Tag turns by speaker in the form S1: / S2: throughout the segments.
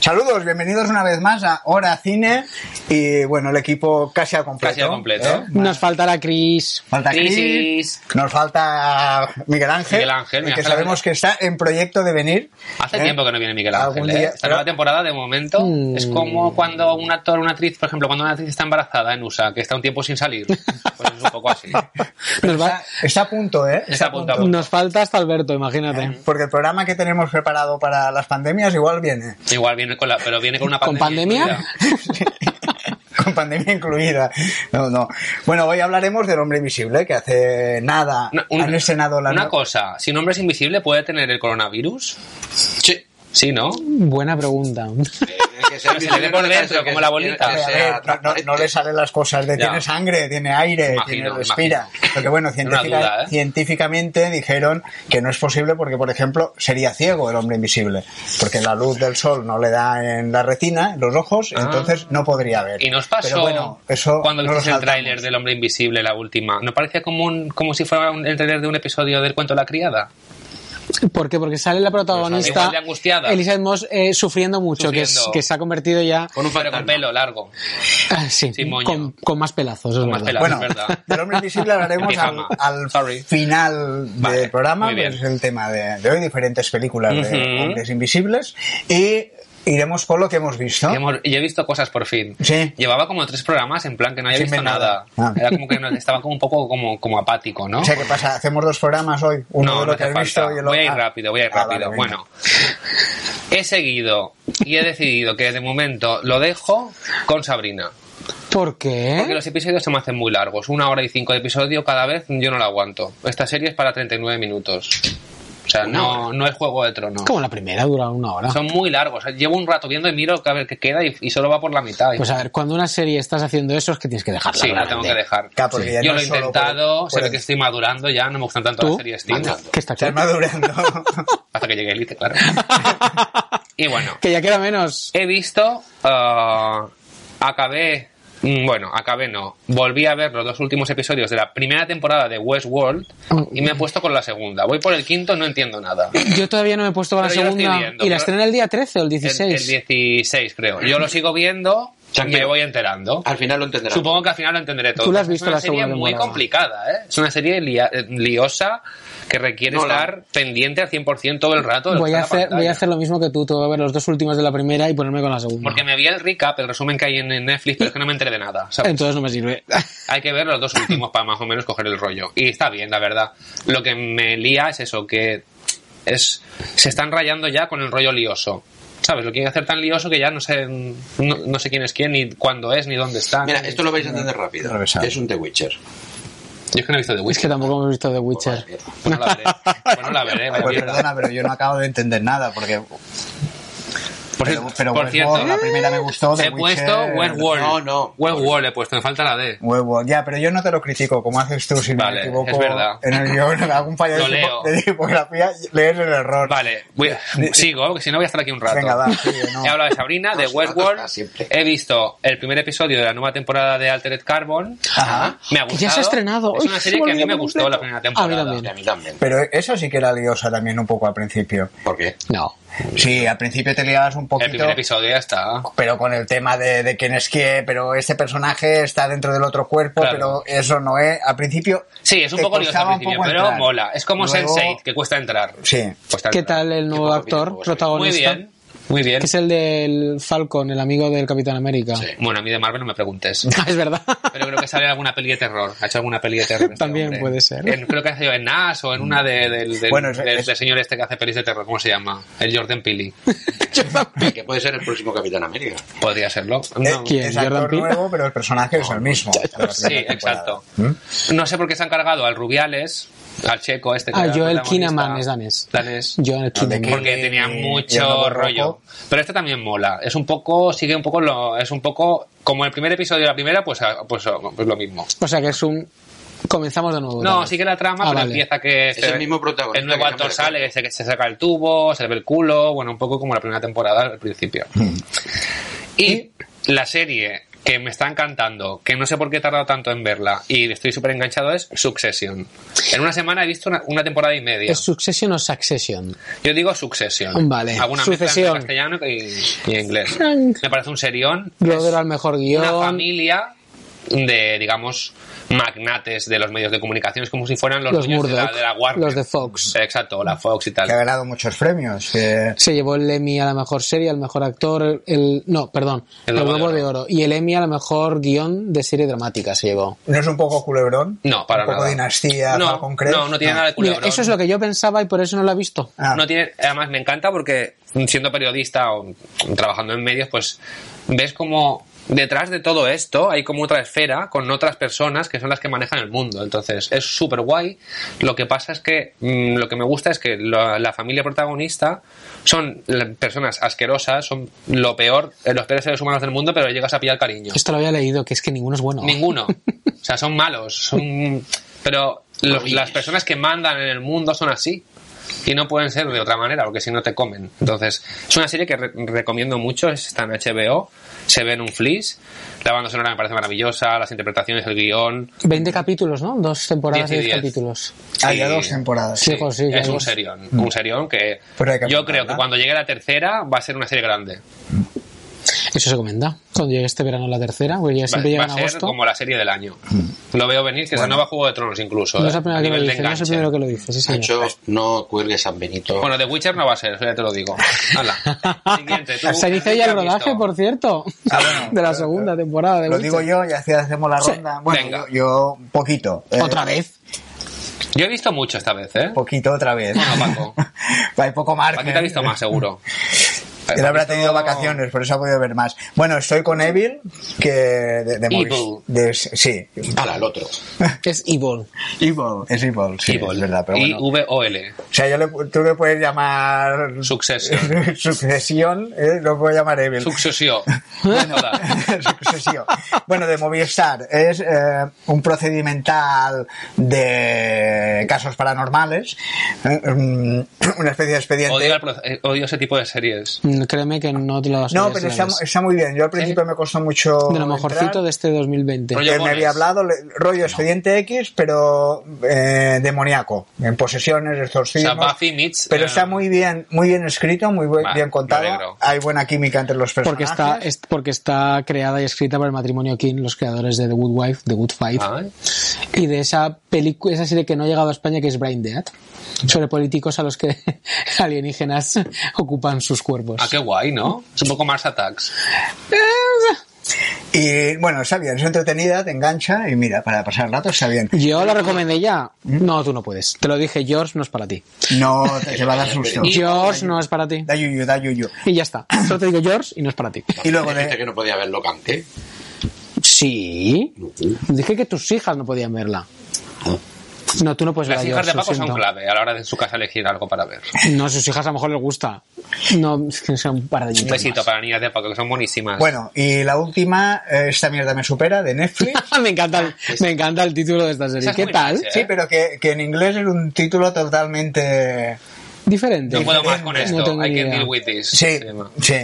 S1: Saludos, bienvenidos una vez más a Hora Cine y bueno, el equipo casi al completo.
S2: Casi al completo.
S1: ¿eh?
S3: Nos faltará Chris.
S1: Falta Cris,
S2: Crisis.
S1: nos falta Miguel Ángel,
S2: Miguel Ángel,
S1: que
S2: Miguel
S1: sabemos
S2: Ángel.
S1: que está en proyecto de venir.
S2: Hace
S1: ¿eh?
S2: tiempo que no viene Miguel Ángel.
S1: Algún
S2: ¿eh?
S1: día-
S2: Esta nueva
S1: pero-
S2: temporada, de momento,
S3: Mm.
S2: es como cuando un actor o una actriz, por ejemplo, cuando una actriz está embarazada en USA, que está un tiempo sin salir. Pues es un poco así.
S3: Nos, va-
S1: Está, está a punto, ¿eh?
S2: Está a punto, a punto.
S3: nos falta hasta Alberto, imagínate.
S1: Porque el programa que tenemos preparado para las pandemias igual viene.
S2: Igual viene con la, pero viene con una
S3: ¿Con
S2: pandemia.
S3: pandemia?
S1: Con pandemia incluida. No, no. Bueno, hoy hablaremos del hombre invisible, que hace nada
S2: incluida. Una,
S1: han estrenado la
S2: una
S1: no-
S2: cosa, si un hombre es invisible, ¿puede tener el coronavirus? Sí. Sí, ¿no?
S3: Buena pregunta.
S4: que sea
S2: Se le ve por dentro, como la bolita.
S1: A ver, no- no, no le salen las cosas de
S2: Ya.
S1: tiene sangre, tiene aire,
S2: Imagino,
S1: tiene respira. Porque bueno, científica-
S2: duda, ¿eh?
S1: científicamente dijeron que no es posible porque, por ejemplo, sería ciego el hombre invisible. Porque la luz del sol no le da en la retina, en los ojos, entonces no podría ver.
S2: Ah. Y nos pasó
S1: Pero bueno, eso
S2: cuando
S1: no lo
S2: vimos el
S1: saltamos.
S2: tráiler del Hombre Invisible, la última. ¿No parecía como, un, como si fuera un- el tráiler de un episodio del cuento de la criada?
S3: ¿Por qué? Porque sale la protagonista
S2: Igual de angustiada.
S3: Elizabeth Moss eh, sufriendo mucho, que, es-
S2: Sufriendo.
S3: que se ha convertido ya
S2: Con un con pelo largo.
S3: ah, sí,
S2: Sí, moño.
S3: con, con más pelazos. es
S2: Con más
S3: verdad.
S2: pelazos.
S1: Bueno,
S2: es verdad.
S1: del hombre invisible hablaremos al,
S2: Pijama.
S1: al
S2: Sorry.
S1: final
S2: Vale,
S1: del programa,
S2: muy
S1: que
S2: bien.
S1: es el tema de, de hoy, diferentes películas de
S2: Ujú.
S1: hombres invisibles, y iremos con lo que hemos visto.
S2: Y hemos- y he visto cosas por fin.
S1: Sí.
S2: Llevaba como tres programas en plan que no había
S1: Sin
S2: visto
S1: ver nada.
S2: nada.
S1: Ah.
S2: Era como que no- estaba como un poco como, como apático, ¿no?
S1: O sea, ¿qué pasa? ¿Hacemos dos programas hoy? Uno
S2: no,
S1: de
S2: no
S1: lo que
S2: hace
S1: has
S2: falta.
S1: visto y el otro...
S2: Voy a ir
S1: Ah.
S2: rápido, voy a ir
S1: Ah,
S2: rápido.
S1: vale, venga.
S2: bueno, he seguido y he decidido que de momento lo dejo con Sabrina.
S3: ¿Por
S2: Porque
S1: ¿Eh?
S3: qué?
S2: los episodios se me hacen muy largos. Una hora y cinco de episodio cada vez yo no la aguanto. Esta serie es para 39 minutos. O sea, no, no es Juego de Tronos.
S3: Como la primera dura una hora.
S2: Son muy largos. Llevo un rato viendo y miro a ver qué queda y, y solo va por la mitad.
S3: Pues a ver, cuando una serie estás haciendo eso es que tienes que dejarla.
S2: Sí, la
S3: claramente.
S2: tengo que dejar.
S1: Ah, Claro, porque ya
S2: Yo
S1: no
S2: lo he
S1: es solo
S2: intentado,
S1: por-
S2: se
S1: por
S2: ve
S1: el-
S2: que estoy madurando ya, no me gustan tanto las
S3: ¿Tú?
S2: series teen.
S3: ¿Qué está
S1: Estás madurando.
S2: Hasta que llegue Elite, claro. y bueno,
S3: Que ya queda menos.
S2: he visto, ah, acabé, mm, bueno, acabé no, volví a ver los dos últimos episodios de la primera temporada de Westworld y me he puesto con la segunda. Voy por el quinto, no entiendo nada.
S3: Yo todavía no me he puesto con la
S2: Pero yo lo estoy
S3: segunda.
S2: viendo,
S3: ¿Y la
S2: pero-
S3: estrena el día 13 o el
S2: El,
S3: 16?
S2: el 16, creo. Yo lo sigo viendo, me
S4: Tranquilo.
S2: voy enterando.
S4: Al final lo entenderás.
S2: Supongo que al final lo entenderé todo.
S3: Tú la has visto
S2: es una
S3: la
S2: serie
S3: segunda
S2: muy
S3: temporada.
S2: complicada, ¿eh? Es una serie lia- eh, liosa que requiere
S4: No, la-
S2: estar pendiente al 100% todo el rato. de lo que está en
S3: voy, a
S2: la
S3: hacer, voy
S2: pantalla.
S3: a hacer lo mismo que tú, te voy a ver los dos últimos de la primera y ponerme con la segunda.
S2: Porque me vi el recap, el resumen que hay en en Netflix, pero es que no me enteré de nada. ¿sabes?
S3: Entonces no me sirve.
S2: Hay que ver los dos últimos para más o menos coger el rollo. Y está bien, la verdad. Lo que me lía es eso, que es se están rayando ya con el rollo lioso. ¿Sabes? Lo quieren hacer tan lioso que ya no sé, no, no sé quién es quién, ni cuándo es, ni dónde está.
S4: Mira, esto lo vais a entender rápido.
S1: Atravesado.
S4: Es un The Witcher.
S2: Yo es que no he visto The
S3: es que
S2: Witcher.
S3: tampoco hemos visto The Witcher.
S4: Mierda.
S2: Pues no la veré. Pues no la veré. vaya
S1: Ay, pues
S2: mierda.
S1: perdona, pero yo no acabo de entender nada, porque...
S2: Por,
S1: pero,
S2: cierto-
S1: pero
S2: por
S1: Westworld,
S2: cierto,
S1: la primera me gustó,
S2: he
S1: de
S2: puesto Westworld.
S4: No, no.
S2: Westworld he puesto, me falta la D.
S1: Huevo, ya, pero yo no te lo critico, como haces tú, si
S2: Vale,
S1: me equivoco
S2: es verdad.
S1: en el guión, en algún fallo
S2: Lo
S1: de, tipo-
S2: leo.
S1: de tipografía, lees el error.
S2: Vale, voy a- sigo, porque si no voy a estar aquí un rato.
S1: Venga, va, sigue, no.
S2: He hablado de Sabrina, de
S4: No, si rato
S2: Westworld.
S4: está siempre.
S2: He visto el primer episodio de la nueva temporada de Altered Carbon.
S1: Ajá.
S2: Me ha gustado.
S3: Ya se ha estrenado.
S2: Es
S3: Uy,
S2: una
S3: se
S2: serie
S3: me
S2: que a mí
S3: olvidó
S2: me
S3: por
S2: gustó
S3: completo.
S2: la primera temporada.
S1: Ah,
S3: A mí también.
S4: A mí también.
S1: Pero esa sí que era liosa también un poco al principio.
S4: ¿Por qué?
S3: No.
S1: Sí, al principio te liabas un
S2: El
S1: poquito,
S2: primer episodio ya está.
S1: pero con el tema de, de quién es quién, pero este personaje está dentro del otro cuerpo,
S2: Claro.
S1: pero eso no es... Al principio...
S2: Sí, es un
S1: te
S2: poco lioso al
S1: costaba un
S2: principio,
S1: poco
S2: pero
S1: entrar.
S2: mola. Es como
S1: Luego-
S2: Sense8, que cuesta entrar.
S1: Sí.
S2: Cuesta
S3: ¿Qué
S2: entrar.
S3: tal el nuevo
S4: poco
S3: actor
S4: videojuego, sí.
S3: protagonista?
S2: Muy bien. Muy bien.
S3: Que es el del Falcon, el amigo del Capitán América.
S4: Sí.
S2: Bueno, a mí de Marvel no me preguntes.
S3: Ah, es verdad.
S2: Pero creo que sale en alguna peli de terror. Ha hecho alguna peli de terror. este
S3: También
S2: hombre.
S3: puede ser. Mm.
S2: En- creo que ha sido en Nas o en una de, del, del-
S1: Bueno, es-
S2: del-
S1: es-
S2: del señor este que hace pelis de terror. ¿Cómo se llama? El Jordan Peele.
S4: Que puede ser el próximo Capitán América.
S2: Podría serlo.
S1: Eh,
S2: No.
S3: ¿Quién?
S1: Es
S3: ¿Jordan
S1: actor
S3: Peele?
S1: nuevo, pero el personaje es el mismo. de la
S2: Sí,
S1: primera temporada.
S2: exacto. No sé por qué se han cargado al Rubiales, al checo este. que
S3: Ah,
S2: era el
S3: Joel
S2: protagonista.
S3: Kinnaman es danés.
S2: Danés.
S3: Joel Kinnaman.
S1: Kinnaman.
S2: Porque tenía
S1: Y-
S2: mucho
S1: y el nuevo rojo.
S2: rollo. Pero este también mola. Es un poco, sigue un poco, lo, es un poco como el primer episodio de la primera, pues, ah, pues, ah, pues lo mismo.
S3: O sea que es un. Comenzamos de nuevo.
S2: No,
S3: ¿vale?
S2: sigue la trama,
S3: Ah,
S2: pero
S3: vale.
S2: empieza que
S4: Es el mismo protagonista
S2: Este El nuevo
S4: que
S2: actor
S4: siempre
S2: sale, se, se saca el tubo, se ve el culo, bueno, un poco como la primera temporada al principio.
S3: Hmm.
S2: y la serie que me está encantando, que no sé por qué he tardado tanto en verla y estoy súper enganchado es Succession. En una semana he visto una, una temporada y media.
S3: ¿Es Succession o Succession?
S2: Yo digo Succession.
S3: Vale.
S2: Alguna mezcla entre
S3: Sucesión.
S2: castellano y, y inglés. Me parece un serión.
S3: Glover al mejor guión.
S2: Una familia de, digamos, magnates de los medios de comunicación. Es como si fueran los,
S3: Los
S2: dueños de la,
S3: Murdoch,
S2: de la Warner.
S3: los de Fox.
S2: Exacto, la Fox y tal.
S1: Que ha ganado muchos premios. que-
S3: Se llevó el Emmy a la mejor serie, al mejor actor, el. No, perdón.
S2: El
S3: El
S2: Globo de
S3: Globo
S2: Oro.
S3: de Oro. Y el Emmy a la mejor guión de serie dramática se llevó.
S1: ¿No es un poco culebrón?
S2: No, para
S1: ¿Un poco
S2: nada.
S1: dinastía,
S2: no,
S1: Falcon Crest?
S2: no, no tiene nada de
S3: Mira,
S2: culebrón.
S3: eso es lo que yo pensaba y por eso no lo he visto.
S1: Ah.
S2: No tiene, además me encanta porque siendo periodista o trabajando en medios, pues ves como detrás de todo esto hay como otra esfera con otras personas que son las que manejan el mundo. Entonces es súper guay. Lo que pasa es que mm, lo que me gusta es que la, la familia protagonista son la- personas asquerosas, son lo peor, eh, los peores seres humanos del mundo, pero le llegas a pillar cariño.
S3: Esto lo había leído, que es que ninguno es bueno.
S2: Ninguno. O sea, son malos. Son... Pero los- las personas que mandan en el mundo son así. Y no pueden ser de otra manera, porque si no te comen. Entonces, es una serie que re- recomiendo mucho. es- Está en HBO. Se ve en un flis. La banda sonora me parece maravillosa. Las interpretaciones, el guión.
S3: 20 capítulos, ¿no? Dos temporadas
S2: Diez
S3: y
S2: y
S3: 10
S2: diez.
S3: capítulos.
S1: Ah, ya
S2: Sí.
S1: dos temporadas.
S3: Sí, jo, sí, ya
S2: es un
S3: ves.
S2: serión. Un serión que,
S1: Pues hay que
S2: yo
S1: apuntarla.
S2: creo que cuando llegue la tercera va a ser una serie grande.
S3: Eso se comenta. Cuando llegue este verano la tercera, porque ya siempre
S2: va,
S3: llega
S2: va
S3: en
S2: a ser
S3: agosto.
S2: como la serie del año. Lo veo venir, que es la nueva Juego de Tronos incluso.
S3: No
S2: eh,
S3: es la
S2: a
S3: primera que lo
S2: nivel de
S3: dice, no es el
S2: enganche.
S3: primero que lo dice, sí, señor.
S4: Nacho, no cuelgues San
S1: Oh.
S4: Benito.
S2: Bueno, de Witcher no va a ser, eso ya te lo digo. Hala. Siguiente, tú.
S3: Se inicia ya el rodaje, por cierto,
S1: Ah, bueno,
S3: de la
S1: pero-
S3: segunda temporada de
S1: Lo
S3: Witcher.
S1: digo yo y así hacemos la ronda. Bueno,
S2: Venga.
S1: yo, yo poquito. eh,
S3: Otra vez.
S2: Yo he visto mucho esta vez, ¿eh?
S1: Poquito otra vez.
S2: Bueno, Paco.
S1: Hay poco margen.
S2: Paquita ha visto más, seguro.
S1: Él habrá tenido
S2: visto-
S1: vacaciones, por eso ha podido ver más. Bueno, estoy con Evil, que de, de
S2: Evil. Ah.
S1: Movis- de- sí,
S4: Ala, al otro.
S1: Eh.
S3: Es Evil.
S1: Evil, es Evil, sí,
S2: Evil.
S1: es verdad, pero bueno.
S2: IVOL.
S1: O sea, yo le, tú le puedes llamar
S2: Succession.
S1: sucesión, ¿eh? lo puedo llamar Evil.
S2: Succession. Joder.
S1: Succession. Bueno, de Movistar es eh, un procedimental de casos paranormales, eh, mm, una especie de expediente.
S2: Odio, al pro- eh, odio ese tipo de series.
S3: Mm, Créeme que no te lo vas a
S1: no,
S3: olvidar
S1: pero
S2: pues
S3: si
S1: está,
S3: la ves.
S1: está muy bien. Yo al
S2: ¿Eh?
S1: principio me costó mucho.
S3: De lo mejorcito
S1: entrar.
S3: de este 2020.
S2: Rollo-
S1: Él Eh, me había
S2: Gones.
S1: hablado, le- rollo expediente X, pero eh, demoníaco, en posesiones, exorcismos.
S2: O sea, Buffy meets,
S1: pero
S2: eh,
S1: está muy bien, muy bien escrito, muy bu-
S2: Vale,
S1: bien
S2: me
S1: contado.
S2: alegro.
S1: Hay buena química entre los
S3: Porque
S1: personajes.
S3: está, es- porque está creada y escrita por el matrimonio King, los creadores de The Good Wife, The Good Fight,
S2: Ah, ¿eh?
S3: y de esa película, esa serie que no ha llegado a España que es Brain Dead, sobre políticos a los que alienígenas ocupan sus cuerpos.
S2: Ah, qué guay, ¿no? Es un poco Mars Attacks.
S1: Y bueno, está bien, es entretenida, te engancha y mira, para pasar el rato está bien.
S3: Yo la recomendé ya. No, tú no puedes. Te lo dije, George no es para ti.
S1: No te se va a dar susto.
S3: George no es para ti.
S1: Da yuyu, da yuyu.
S3: Y ya está. Solo te digo George y no es para ti.
S1: Y luego
S4: Dijiste
S1: de...
S4: que no podía verlo ¿eh? canté.
S3: Sí. Dije que tus hijas no podían verla. No, tú no puedes
S2: Oh.
S3: ver
S2: Las
S3: a
S2: hijas
S3: George.
S2: de
S3: lo
S2: Paco son
S3: siento.
S2: clave a la hora de en su casa elegir algo para ver.
S3: No, sus hijas a lo mejor les gusta. No, es que son un par de
S2: Un
S3: niñitas
S2: besito
S3: más.
S2: para niñas de Paco, que son buenísimas.
S1: Bueno, y la última, eh, esta mierda me supera, de Netflix.
S3: me, encanta el, me encanta el título de esta serie.
S2: Esa es
S3: ¿Qué
S2: muy
S3: tal?
S2: nice, ¿eh?
S1: Sí, pero que, que en inglés es un título totalmente...
S3: Diferente.
S2: no puedo más con
S3: No
S2: esto.
S3: tengo
S2: hay
S3: ni
S2: que
S3: idea.
S2: deal with this.
S1: Sí,
S2: se llama.
S1: sí,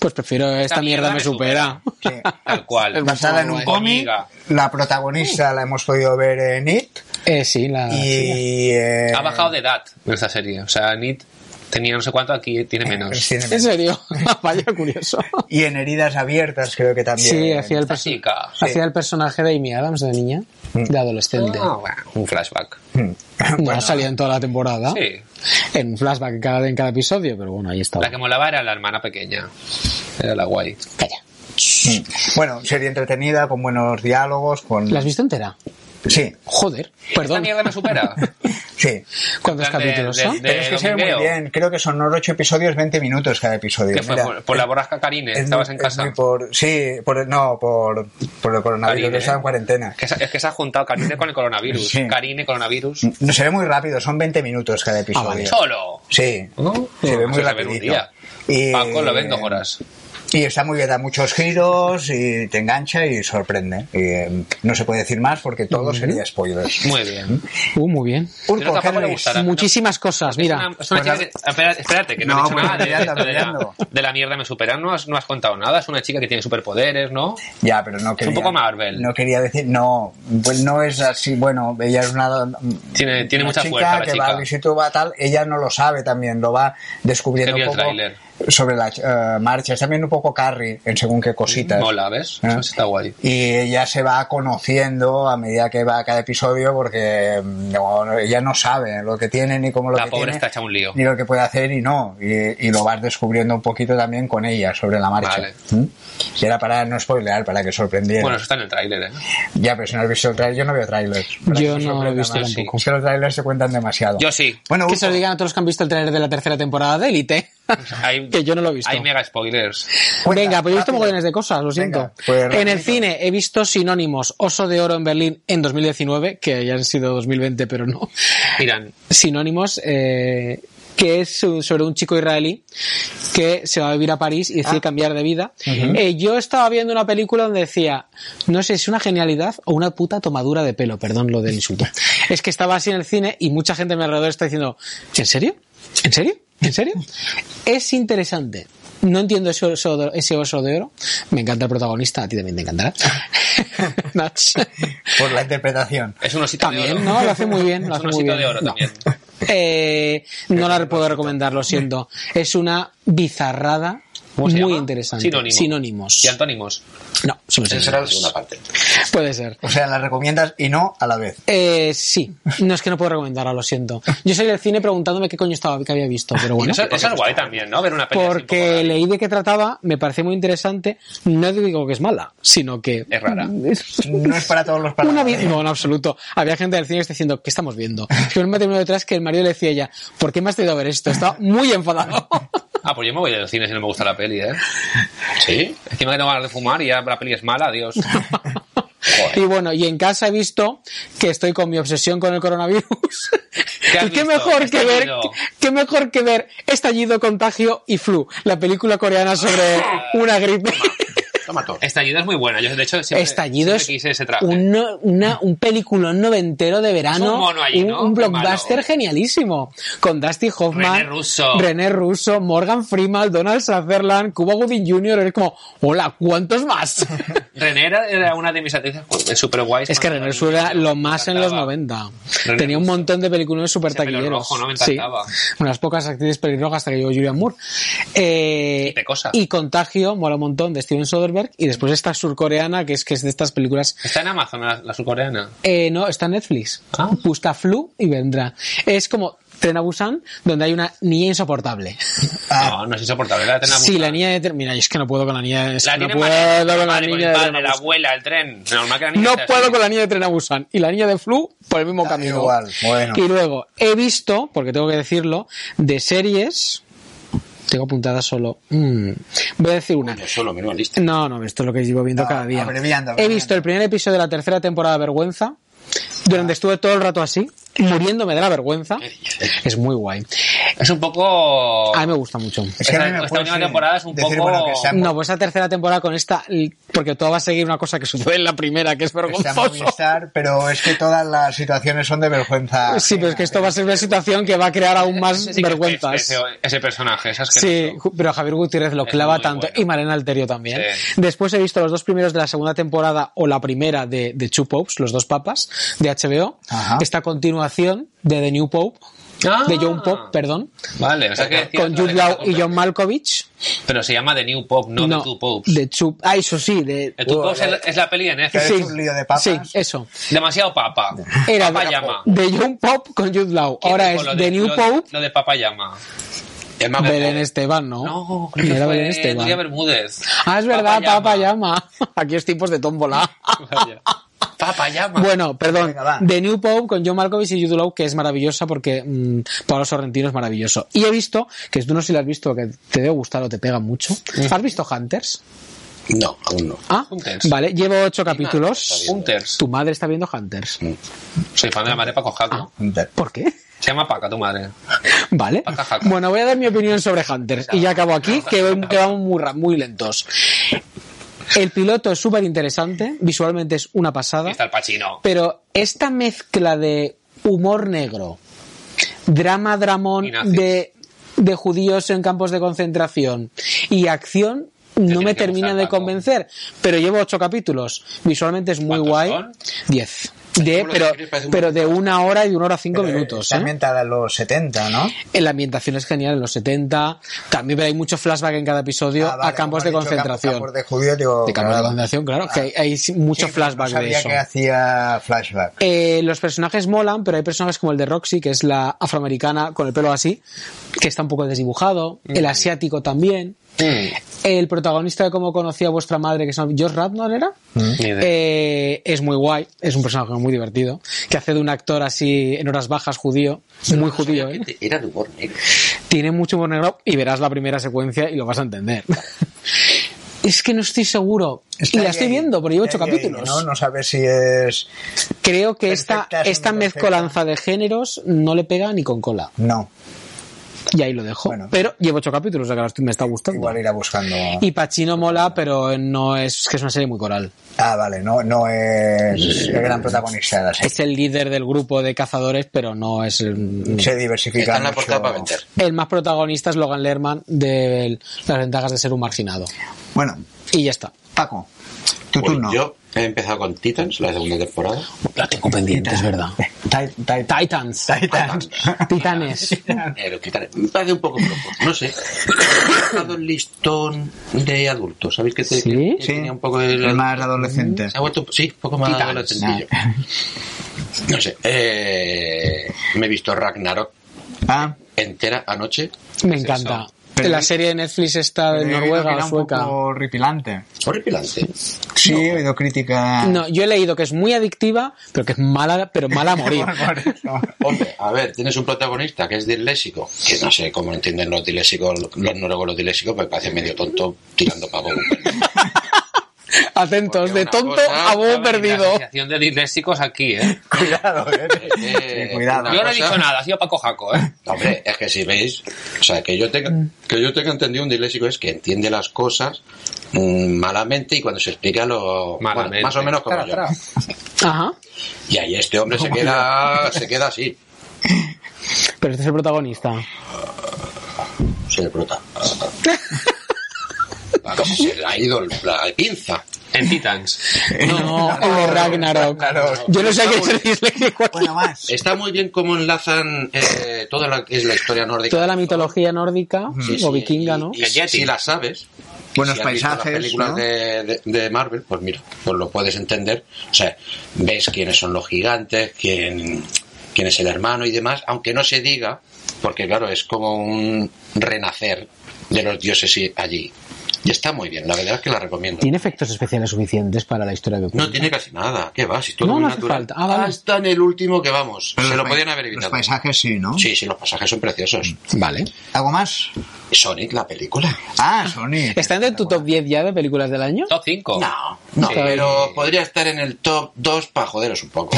S3: Pues prefiero esta mierda me supera.
S1: sí.
S2: Tal cual.
S1: basada en un
S2: Con
S1: cómic.
S2: Liga.
S1: La
S2: Mm.
S1: protagonista la hemos podido ver en It
S3: Eh, sí, la.
S2: Ah,
S1: y eh,
S2: Ha bajado de edad en esta serie. O sea, Nit Tenía no sé cuánto, aquí tiene
S1: eh,
S2: menos.
S1: Tiene-
S3: ¿En serio? Vaya curioso.
S1: Y en heridas abiertas creo que también.
S3: Sí, hacía el,
S2: Esta
S3: perso-
S2: chica.
S1: Ah,
S3: hacía el personaje de Amy Adams de niña, de adolescente.
S2: Ah, bueno, un flashback.
S3: No salía en toda la temporada.
S2: Sí.
S1: Ah,
S3: En flashback en cada, en cada episodio, pero bueno, ahí estaba.
S2: La que molaba era la hermana pequeña. Era la guay.
S3: Calla.
S1: Bueno, serie entretenida, con buenos diálogos, con...
S3: ¿La has visto entera?
S1: Sí,
S3: Joder,
S2: Esta
S3: perdón.
S2: mierda me supera.
S1: sí.
S3: ¿Cuántos
S2: En plan de-
S3: capítulos
S2: de-
S3: son?
S2: de-
S1: Pero es que se ve muy
S2: domingueo.
S1: bien. Creo que son 8 episodios, 20 minutos cada episodio.
S2: que fue
S1: Mira,
S2: por, por la borrasca Karine,
S1: es
S2: estabas
S1: muy-
S2: en
S1: es
S2: casa.
S1: muy por, sí, por, no, por, por el coronavirus,
S2: Karine,
S1: que estaba en cuarentena.
S2: Que se- es que se ha juntado Karine con el coronavirus.
S1: Sí. Mm.
S2: Karine, coronavirus. Ah,
S1: No, se ve muy rápido, son 20 minutos cada episodio.
S2: Solo.
S1: Sí,
S2: ¿No?
S1: Ah, se ve muy
S2: Eso Oh, pues se ve en un
S1: rapidito. Eh,
S2: día.
S1: Y-
S2: Paco lo vendo horas.
S1: Y está muy bien, da muchos giros y te engancha y sorprende. Y, eh, no se puede decir más porque todo sería spoilers.
S2: Muy bien.
S3: Uh, muy bien.
S2: Yo no,
S1: Urco,
S2: tampoco le
S1: Henry,
S2: gustará.
S3: Muchísimas cosas, mira.
S2: Una- es
S1: Pues
S2: una chica que- espera- espérate, que no,
S1: No,
S2: has dicho
S1: pues
S2: nada de,
S1: brillando,
S2: esto de la,
S1: brillando.
S2: de la mierda me supera. No has, no has contado nada. Es una chica que tiene superpoderes, ¿no?
S1: Ya, pero no quería.
S2: poco Marvel.
S1: No quería decir, no, pues no es así. Bueno, ella es una.
S2: Tiene- tiene
S1: una
S2: mucha
S1: chica
S2: fuerza la
S1: que
S2: chica.
S1: va al instituto, va tal. Ella no lo sabe también, lo va descubriendo
S2: Que vi
S1: un
S2: el
S1: poco
S2: tráiler.
S1: sobre la eh, marcha. Es también un poco Carrie en según qué cositas.
S2: Mola, ¿ves?
S1: ¿Eh?
S2: Eso está guay.
S1: Y ella se va conociendo a medida que va cada episodio porque mm, no, ella no sabe lo que tiene ni cómo lo
S2: La
S1: que
S2: pobre
S1: tiene,
S2: está hecha un lío.
S1: ni lo que puede hacer y no. Y, y lo vas descubriendo un poquito también con ella sobre la marcha.
S2: Vale.
S1: ¿Mm? Y era para no spoilear, para que sorprendiera.
S2: Bueno, eso está en el tráiler, ¿eh?
S1: Ya, pero si no has visto el tráiler, yo no veo trailers. Para
S3: Yo
S1: que
S3: no lo he
S1: sorprenda
S3: visto
S1: más.
S3: tampoco.
S1: Es que los trailers se cuentan demasiado.
S2: Yo sí.
S1: Bueno,
S3: Que se lo
S1: Urco,
S3: digan a todos los que han visto el trailer de la tercera temporada de Elite.
S2: Hay-
S3: que yo no lo he visto.
S2: Hay mega spoilers.
S1: Cuenta,
S3: Venga, pues yo he visto
S1: rápido.
S3: millones de cosas, lo siento.
S1: Venga, pues
S3: en el
S1: rapidito.
S3: cine he visto Sinónimos, Oso de Oro en Berlín en 2019, que ya han sido 2020, pero no.
S2: Miran,
S3: Sinónimos, eh, que es su- sobre un chico israelí que se va a vivir a París y
S2: Ah.
S3: decide cambiar de vida. Eh, yo estaba viendo una película donde decía, no sé si es una genialidad o una puta tomadura de pelo, perdón lo del insulto. es que estaba así en el cine y mucha gente a mi alrededor está diciendo, ¿en serio? ¿En serio? ¿En serio? es interesante. No entiendo ese oso, de- ese oso de oro. Me encanta el protagonista, a ti también te encantará. Nach.
S1: por la interpretación.
S2: es un osito de oro.
S3: También, ¿no? Lo hace muy bien. Lo
S2: es
S3: hace
S2: un
S3: muy
S2: osito
S3: bien.
S2: de oro
S3: No.
S2: también.
S3: Eh, no la puedo recomendar, lo siento. Es una bizarrada
S2: ¿Cómo se
S3: muy
S2: llama?
S3: interesante.
S2: Sinónimo.
S3: Sinónimos.
S2: Y antónimos.
S3: No, son
S4: Esa será la
S3: sinónimos.
S4: segunda parte.
S3: Puede ser.
S1: O sea, las recomiendas y no a la vez.
S3: Eh, sí, no es que no puedo recomendarla, lo siento. Yo salí del cine preguntándome qué coño estaba que había visto, pero bueno. pues
S2: Eso, eso es guay también, ¿no? Ver una peli así un poco
S3: Porque
S2: rara.
S3: leí de qué trataba, me parece muy interesante. No digo que es mala, sino que
S2: Es rara.
S3: Es
S1: No es para todos los para
S3: Una vi- no, en absoluto. Había gente del cine que está diciendo, ¿qué estamos viendo? Y un matrimonio detrás que el marido le decía a ella, ¿por qué me has traído a ver esto? Estaba muy enfadado.
S2: Ah, pues yo me voy del cine si no me gusta la peli, ¿eh?
S4: ¿Sí?
S2: Es que me tengo ganas de fumar y ya la peli es mala, adiós.
S3: Y bueno, y en casa he visto que estoy con mi obsesión con el coronavirus.
S2: ¿Qué has
S3: y qué
S2: visto?
S3: mejor que ver,
S2: Estallido.
S3: qué mejor que ver estallido, contagio y flu, la película coreana sobre una gripe.
S4: Toma todo.
S2: Estallido es muy buena. Yo, de hecho, siempre,
S3: Estallido
S2: siempre
S3: es
S2: quise ese traje.
S3: un, una- un peliculón noventero de verano,
S2: Es un mono allí,
S3: un,
S2: ¿no?
S3: un
S2: Qué
S3: blockbuster
S2: malo.
S3: genialísimo, con Dusty Hoffman,
S2: René Russo.
S3: René Russo, Morgan Freeman, Donald Sutherland, Cuba Gooding Jr., es como, hola, ¿cuántos más?
S2: René era, era una de mis actrices súper guays.
S3: Es que
S2: cuando
S3: René
S2: era
S3: Russo era
S2: niño,
S3: lo
S2: me
S3: más en los
S2: encantaba.
S3: 90.
S2: René
S3: Tenía un
S2: Russo.
S3: montón de películas súper
S2: Ese pelo
S3: taquilleros.
S2: rojo, ¿no? Me
S3: sí.
S2: encantaba.
S3: Unas pocas actrices pelirrojas hasta que llegó Julian Moore. Eh,
S2: Y Pecosa.
S3: y Contagio, mola un montón, de Steven Soderbergh. Y después esta surcoreana, que es, que es de estas películas...
S2: Está en Amazon la, la surcoreana.
S3: Eh, no, está en Netflix.
S2: Ah.
S3: Busca Flu y vendrá. Es como Tren a Busan, donde hay una niña insoportable.
S2: No, no es insoportable. La tiene
S3: Sí,
S2: abusada.
S3: la niña de... Tren- Mira, es que no puedo con la niña... es
S2: La
S3: que no
S2: tiene
S3: puedo
S2: manera,
S3: con la
S2: madre,
S3: niña
S2: con
S3: de
S2: el
S3: Tren a
S2: padre, la
S3: Busan.
S2: abuela, el tren. Normal que la niña
S3: No
S2: sea así.
S3: puedo con la niña de Tren a Busan y la niña de Flu por el mismo camino.
S1: igual, bueno.
S3: Y luego he visto, porque tengo que decirlo, de series. Tengo apuntadas solo. mm, Voy a decir una.
S4: Coño, solo menos lista.
S3: No, no, esto es lo que llevo viendo
S1: No,
S3: cada día.
S1: Ah, abreviando,
S3: He
S1: abreviando. Ah.
S3: visto el primer episodio de la tercera temporada de Vergüenza, durante estuve todo el rato así, muriéndome de la vergüenza. Es muy guay.
S2: Es un poco.
S3: A mí me gusta mucho.
S1: Es que a mí me
S2: Esta- esta
S1: puede
S2: última
S1: ser-
S2: temporada es un
S1: decir,
S2: poco-
S1: bueno, que se ha-
S3: No, pues esa tercera temporada con esta, porque todo va a seguir una cosa que sucede en la primera, que es
S1: Está
S3: vergonzoso.
S1: Movistar, pero es que todas las situaciones son de vergüenza.
S3: Sí, pero es que esto va a ser una situación que va a crear aún más
S2: Ese sí que es
S3: vergüenzas.
S2: Ese, ese personaje, es asqueroso.
S3: Sí, ju- pero Javier Gutiérrez lo
S2: Es
S3: clava
S2: muy
S3: tanto
S2: bueno.
S3: y Marena Alterio también.
S2: Sí.
S3: Después he visto los dos primeros de la segunda temporada o la primera de, de Two Popes, los dos papas de HBO.
S1: Ajá.
S3: Esta continuación de The New Pope,
S2: Ah.
S3: de John Pop, perdón,
S2: Vale, o sea que decías
S3: con
S2: la
S3: Jude
S2: de
S3: Law
S2: Jacob
S3: y John
S2: Pop.
S3: Malkovich.
S2: Pero se llama The New Pop, no, The Two Popes.
S3: de Two- ah, eso sí, de...
S2: The Two
S1: Uy,
S2: Popes
S1: vale.
S2: es, la- es la peli en
S1: Que
S2: F.
S1: es un lío de papas.
S3: Sí, eso.
S2: Demasiado papa.
S3: Era
S2: papa
S3: de,
S2: llama.
S3: de John Pop con Jude Law.
S2: ¿Quién
S3: Ahora
S2: dijo
S3: es
S2: lo
S3: The
S2: de-
S3: New
S2: lo de-
S3: Pope,
S2: Lo de papa llama.
S4: El mago
S3: Belén
S4: Pop.
S3: Esteban, ¿no?
S2: No, creo
S3: Ni
S2: que
S3: era
S2: fue
S3: Belén Esteban.
S2: Nuria Bermúdez.
S3: Ah, es verdad, Papa Llama. Aquí es tipos de tómbola.
S2: Vaya. Papa llama.
S3: Bueno, perdón.
S1: Venga, va.
S3: The New Pope con John Malkovich y Jude Law, que es maravillosa porque mm, Pablo Sorrentino es maravilloso. Y he visto, que tú no sé si lo has visto, que te debe gustar o te pega mucho. ¿Has visto Hunters?
S4: No, aún no.
S3: Ah,
S2: Hunters.
S3: vale. Llevo ocho
S4: está
S3: capítulos.
S4: bien.
S2: Hunters.
S3: Tu madre está viendo Hunters.
S2: Soy fan de la madre Paco Jaco.
S3: ¿Por qué?
S2: Se llama Paca, tu madre.
S3: Vale.
S2: Paca, jaca.
S3: Bueno, voy a dar mi opinión sobre Hunters. Y ya acabo aquí, que, que vamos muy, ra- muy lentos. El piloto es súper interesante. Visualmente es una
S2: Y
S3: pasada.
S2: está el Pachino.
S3: Pero esta mezcla de humor negro, drama dramón
S2: Y nazis.
S3: de, de judíos en campos de concentración y acción no
S2: tiene
S3: me
S2: que
S3: termina
S2: gustar,
S3: de
S2: Paco.
S3: convencer. Pero llevo ocho capítulos. Visualmente es muy
S2: ¿Cuántos
S3: guay.
S2: son?
S3: Diez. De,
S4: Seguro que
S3: pero,
S4: sí, parece un
S3: pero de una hora y de una hora cinco
S1: Pero, eh,
S3: minutos.
S1: Está
S3: ¿eh?
S1: ambientada en los 70, ¿no?
S3: Eh, La ambientación es genial en los 70. También hay mucho flashback en cada episodio
S1: Ah, vale,
S3: a campos
S1: como
S3: de
S1: has dicho,
S3: concentración.
S1: Campos de judío, digo.
S3: de campos de
S1: claro.
S3: concentración, claro, que hay, hay mucho
S1: Sí,
S3: flashback
S1: no sabía
S3: de eso.
S1: que hacía flashback.
S3: Eh, los personajes molan, pero hay personajes como el de Roxy, que es la afroamericana con el pelo así, que está un poco desdibujado,
S1: Mm.
S3: el asiático también,
S2: Mm,
S3: el protagonista de cómo conocía a vuestra madre, que es Josh Radnor, ¿era?
S2: Ni idea.
S3: Eh, es muy guay, es un personaje muy divertido, que hace de un actor así en horas bajas judío, muy judío, ¿eh?
S4: Era de humor negro.
S3: tiene mucho humor negro y verás la primera secuencia y lo vas a entender. es que no estoy seguro.
S1: Está
S3: y la
S1: ahí,
S3: estoy
S1: ahí.
S3: viendo, porque llevo ocho
S1: Está ahí, ahí,
S3: capítulos.
S1: ¿no? no sabes si es.
S3: Creo que esta,
S1: Perfecta, perfecta.
S3: esta mezcolanza de géneros no le pega ni con cola.
S1: No,
S3: Y ahí lo dejo.
S1: Bueno.
S3: Pero llevo ocho capítulos, o sea que la estoy- me está gustando.
S1: igual irá buscando.
S3: Y Pacino mola, pero no es que es una serie muy coral.
S1: Ah, vale, no, no es el gran protagonista de la serie.
S3: Es el líder del grupo de cazadores, pero no es el.
S1: Se diversifica.
S4: Está en la
S1: mucho.
S4: portada para vender.
S3: El más protagonista es Logan Lerman de Las ventajas de ser un marginado.
S1: Bueno,
S3: Y ya está.
S1: Paco, tu
S4: Pues
S1: turno.
S4: Yo he empezado con Titans, la segunda temporada.
S3: La tengo pendiente, es verdad.
S1: Eh, Ti- ti-
S3: Titans.
S1: Titans.
S3: Titanes.
S4: Eh, lo quitaré. Me parece un poco flojo, no sé. He dejado el listón de adulto, ¿sabéis que, te-
S3: ¿Sí?
S4: que- que
S1: Sí,
S4: tenía un poco Mm. el...
S1: el más adolescente.
S4: Se ha vuelto, sí, un poco más
S2: Titanes.
S4: adolescentillo. No sé. eh, me he visto Ragnarok
S1: Ah,
S4: entera anoche.
S3: Me encanta.
S1: Pero-
S3: la serie de Netflix está de
S1: he oído que
S3: Noruega
S1: era
S3: o sueca.
S1: Un poco horripilante.
S4: Horripilante.
S1: Sí, he oído crítica.
S3: No, yo he leído que es muy adictiva, pero que es mala, pero mala a morir.
S1: Por eso.
S4: Hombre, a ver, tienes un protagonista que es disléxico, que no sé cómo entienden los dilésicos, los noruegos los dilésicos, me parece medio tonto tirando pavo con pelo.
S3: Atentos,
S4: Porque
S3: de
S4: una
S3: tonto
S4: cosa-
S3: a bobo
S2: La
S3: perdido.
S2: asociación de disléxicos aquí, ¿eh?
S1: Cuidado, eh.
S4: Eh,
S1: cuidado.
S4: una
S2: Yo no he
S4: cosa-
S2: dicho nada, ha sido Paco Jaco, ¿eh?
S4: Hombre, es que si veis, o sea, que yo tenga,
S3: Mm.
S4: que yo tenga entendido un disléxico es que entiende las cosas mm, malamente y cuando se explica lo
S2: Malamente.
S4: bueno, más o menos como yo.
S3: Ajá.
S4: Y ahí este hombre se queda, se queda así.
S3: Pero este es el protagonista.
S4: Se le brota. Ah, como se le ha ido la pinza.
S2: En Titans.
S3: No, el de Ragnarok. Yo no sé a qué ser disléxico.
S1: Bueno, más.
S4: Está muy bien cómo enlazan eh, toda la, que es la historia nórdica.
S3: Toda la mitología nórdica
S4: Sí,
S3: o
S4: sí,
S3: vikinga,
S4: y-
S3: ¿no?
S4: y si, si la sabes,
S1: Buenos
S4: si has visto
S1: paisajes,
S4: Las películas
S1: ¿no?
S4: de, de- de Marvel, pues mira, pues lo puedes entender. O sea, ves quiénes son los gigantes, quién, quién es el hermano y demás, aunque no se diga, porque claro, es como un renacer de los dioses y- allí. Y está muy bien, la verdad es que la recomiendo.
S3: ¿Tiene efectos especiales suficientes para la historia que
S4: No
S3: ocurre?
S4: tiene casi nada, ¿qué va? Si todo
S3: No,
S4: muy
S3: no hace
S4: natural.
S3: falta. Ah, vale.
S4: Hasta en el último que vamos.
S1: Pero
S4: se
S1: los
S4: lo
S1: pa-
S4: podían haber evitado.
S1: Los paisajes sí, ¿no?
S4: Sí, sí, los pasajes son preciosos.
S3: Vale.
S1: ¿Algo más?
S4: Sonic, la película.
S1: Ah, Sony.
S3: ¿Está en tu top 10 ya de películas del año?
S2: Top
S1: Oh.
S2: 5.
S4: No, no,
S3: Sí.
S4: pero podría estar en el top 2 para joderos un poco.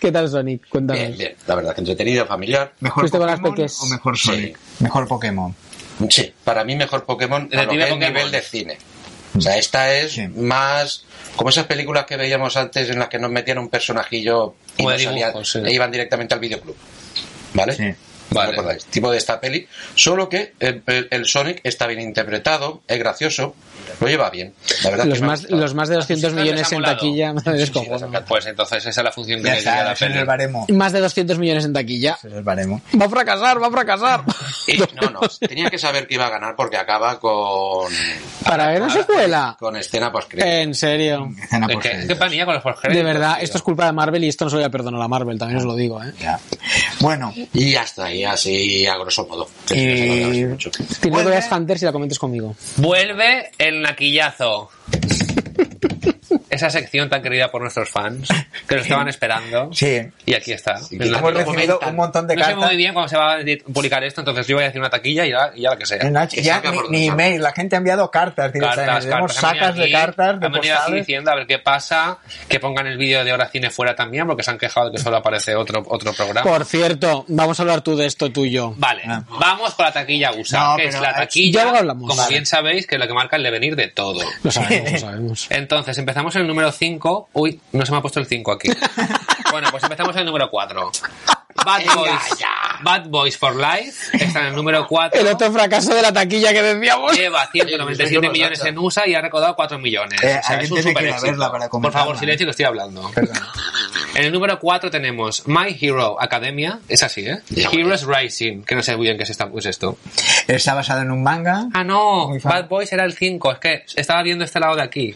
S3: ¿Qué tal, Sonic?
S4: Bien,
S3: Cuéntame.
S4: bien, la verdad que entretenido, familiar.
S1: ¿Mejor
S3: Fuiste con las
S1: Pokémon
S3: peques.
S1: o mejor
S4: Sí.
S1: Sonic? Mejor Pokémon.
S4: Sí, para mí mejor Pokémon
S2: El
S4: a lo que
S2: primer
S4: es
S2: Pokémon.
S4: nivel de cine. O sea, esta es
S1: Sí.
S4: más como esas películas que veíamos antes en las que nos metían un personajillo y
S2: O de
S4: no salía-
S2: dibujos, sí.
S4: e iban directamente al videoclub. ¿Vale?
S1: Sí.
S2: Vale.
S4: ¿No recordáis? Tipo de esta peli. Solo que el, el- el Sonic está bien interpretado, es gracioso, lo lleva bien. La verdad
S3: Los
S4: que me ha
S3: más,
S4: gustado.
S3: los más de 200
S2: Asustarles
S3: millones
S2: ha
S3: en
S2: molado.
S3: taquilla, me descojono.
S2: Pues entonces esa es la función que
S1: Ya
S2: le llega a
S1: está,
S2: la
S1: ese es
S2: peli.
S1: el baremo.
S3: Más de 200 millones en taquilla.
S1: Ese es el baremo.
S3: Va a fracasar, va a fracasar.
S4: Y- no, no, tenía que saber que iba a ganar porque acaba con.
S3: Para ver una secuela.
S4: Con escena post
S3: En serio.
S1: Escena
S2: Es que, es que
S1: postcréditos.
S2: panilla con los postcréditos,
S3: De verdad,
S2: tío.
S3: esto es culpa de Marvel y esto no se lo voy a perdonar a Marvel, también os lo digo, ¿eh?
S1: Ya. Bueno,
S4: Y hasta ahí, así a grosso modo. Que
S1: Y-
S4: no se lo agradezco mucho.
S3: Tiene que
S1: Vuelve.
S3: veas Hunters y la comentes conmigo.
S2: Vuelve el naquillazo. Esa sección tan querida por nuestros fans, que lo estaban esperando.
S1: sí.
S2: Y aquí está.
S4: que
S2: El
S4: estamos
S1: Hemos
S2: naquillazo.
S1: recibido un montón de
S2: no sé muy
S1: cartas.
S2: bien cuándo se va a di- publicar esto, entonces yo voy a decir una taquilla y ya, y ya la que sea.
S1: En H- Eh, ya
S4: Saca
S1: ni,
S4: por
S1: ni
S4: donde
S1: email, la gente ha enviado cartas directamente.
S2: Cartas,
S1: Tenemos
S2: cartas. Han venido
S1: sacas de
S2: aquí,
S1: cartas, de
S2: han venido aquí
S1: postales.
S2: diciendo a ver qué pasa, que pongan el vídeo de Hora Cine fuera también, porque se han quejado de que solo aparece otro, otro programa.
S3: Por cierto, vamos a hablar tú de esto tú y yo.
S2: Vale,
S1: Pues, Ah.
S2: vamos con la taquilla USA,
S1: No,
S2: que es
S1: pero
S2: la
S1: es-
S2: taquilla,
S3: ya lo hablamos.
S2: como
S3: Vale.
S2: bien sabéis, que es la que marca el devenir de todo.
S3: Lo sabemos, lo sabemos.
S2: Entonces, empezamos en el número 5. Uy, no se me ha puesto el 5 aquí. bueno, pues empezamos en el número 4. Bad Boys. Bad Boys for Life está en el número 4.
S3: El otro fracaso de la taquilla que decíamos.
S2: Lleva 197 millones en USA y ha recaudado 4 millones.
S1: Eh,
S2: O sea,
S1: alguien
S2: es un
S1: tiene que ir a
S2: superéxito.
S1: verla para
S2: Por
S1: comentarla.
S2: favor, silencio que estoy hablando. En el número 4 tenemos My Hero Academia. Es así, ¿eh?
S4: Ya,
S2: Heroes Rising. Que no sé muy bien qué es, esta- qué es esto.
S1: Está basado en un manga.
S2: Ah, no,
S1: Muy fan. Ah,
S2: Bad Boys era el 5. Es que estaba viendo este lado de aquí.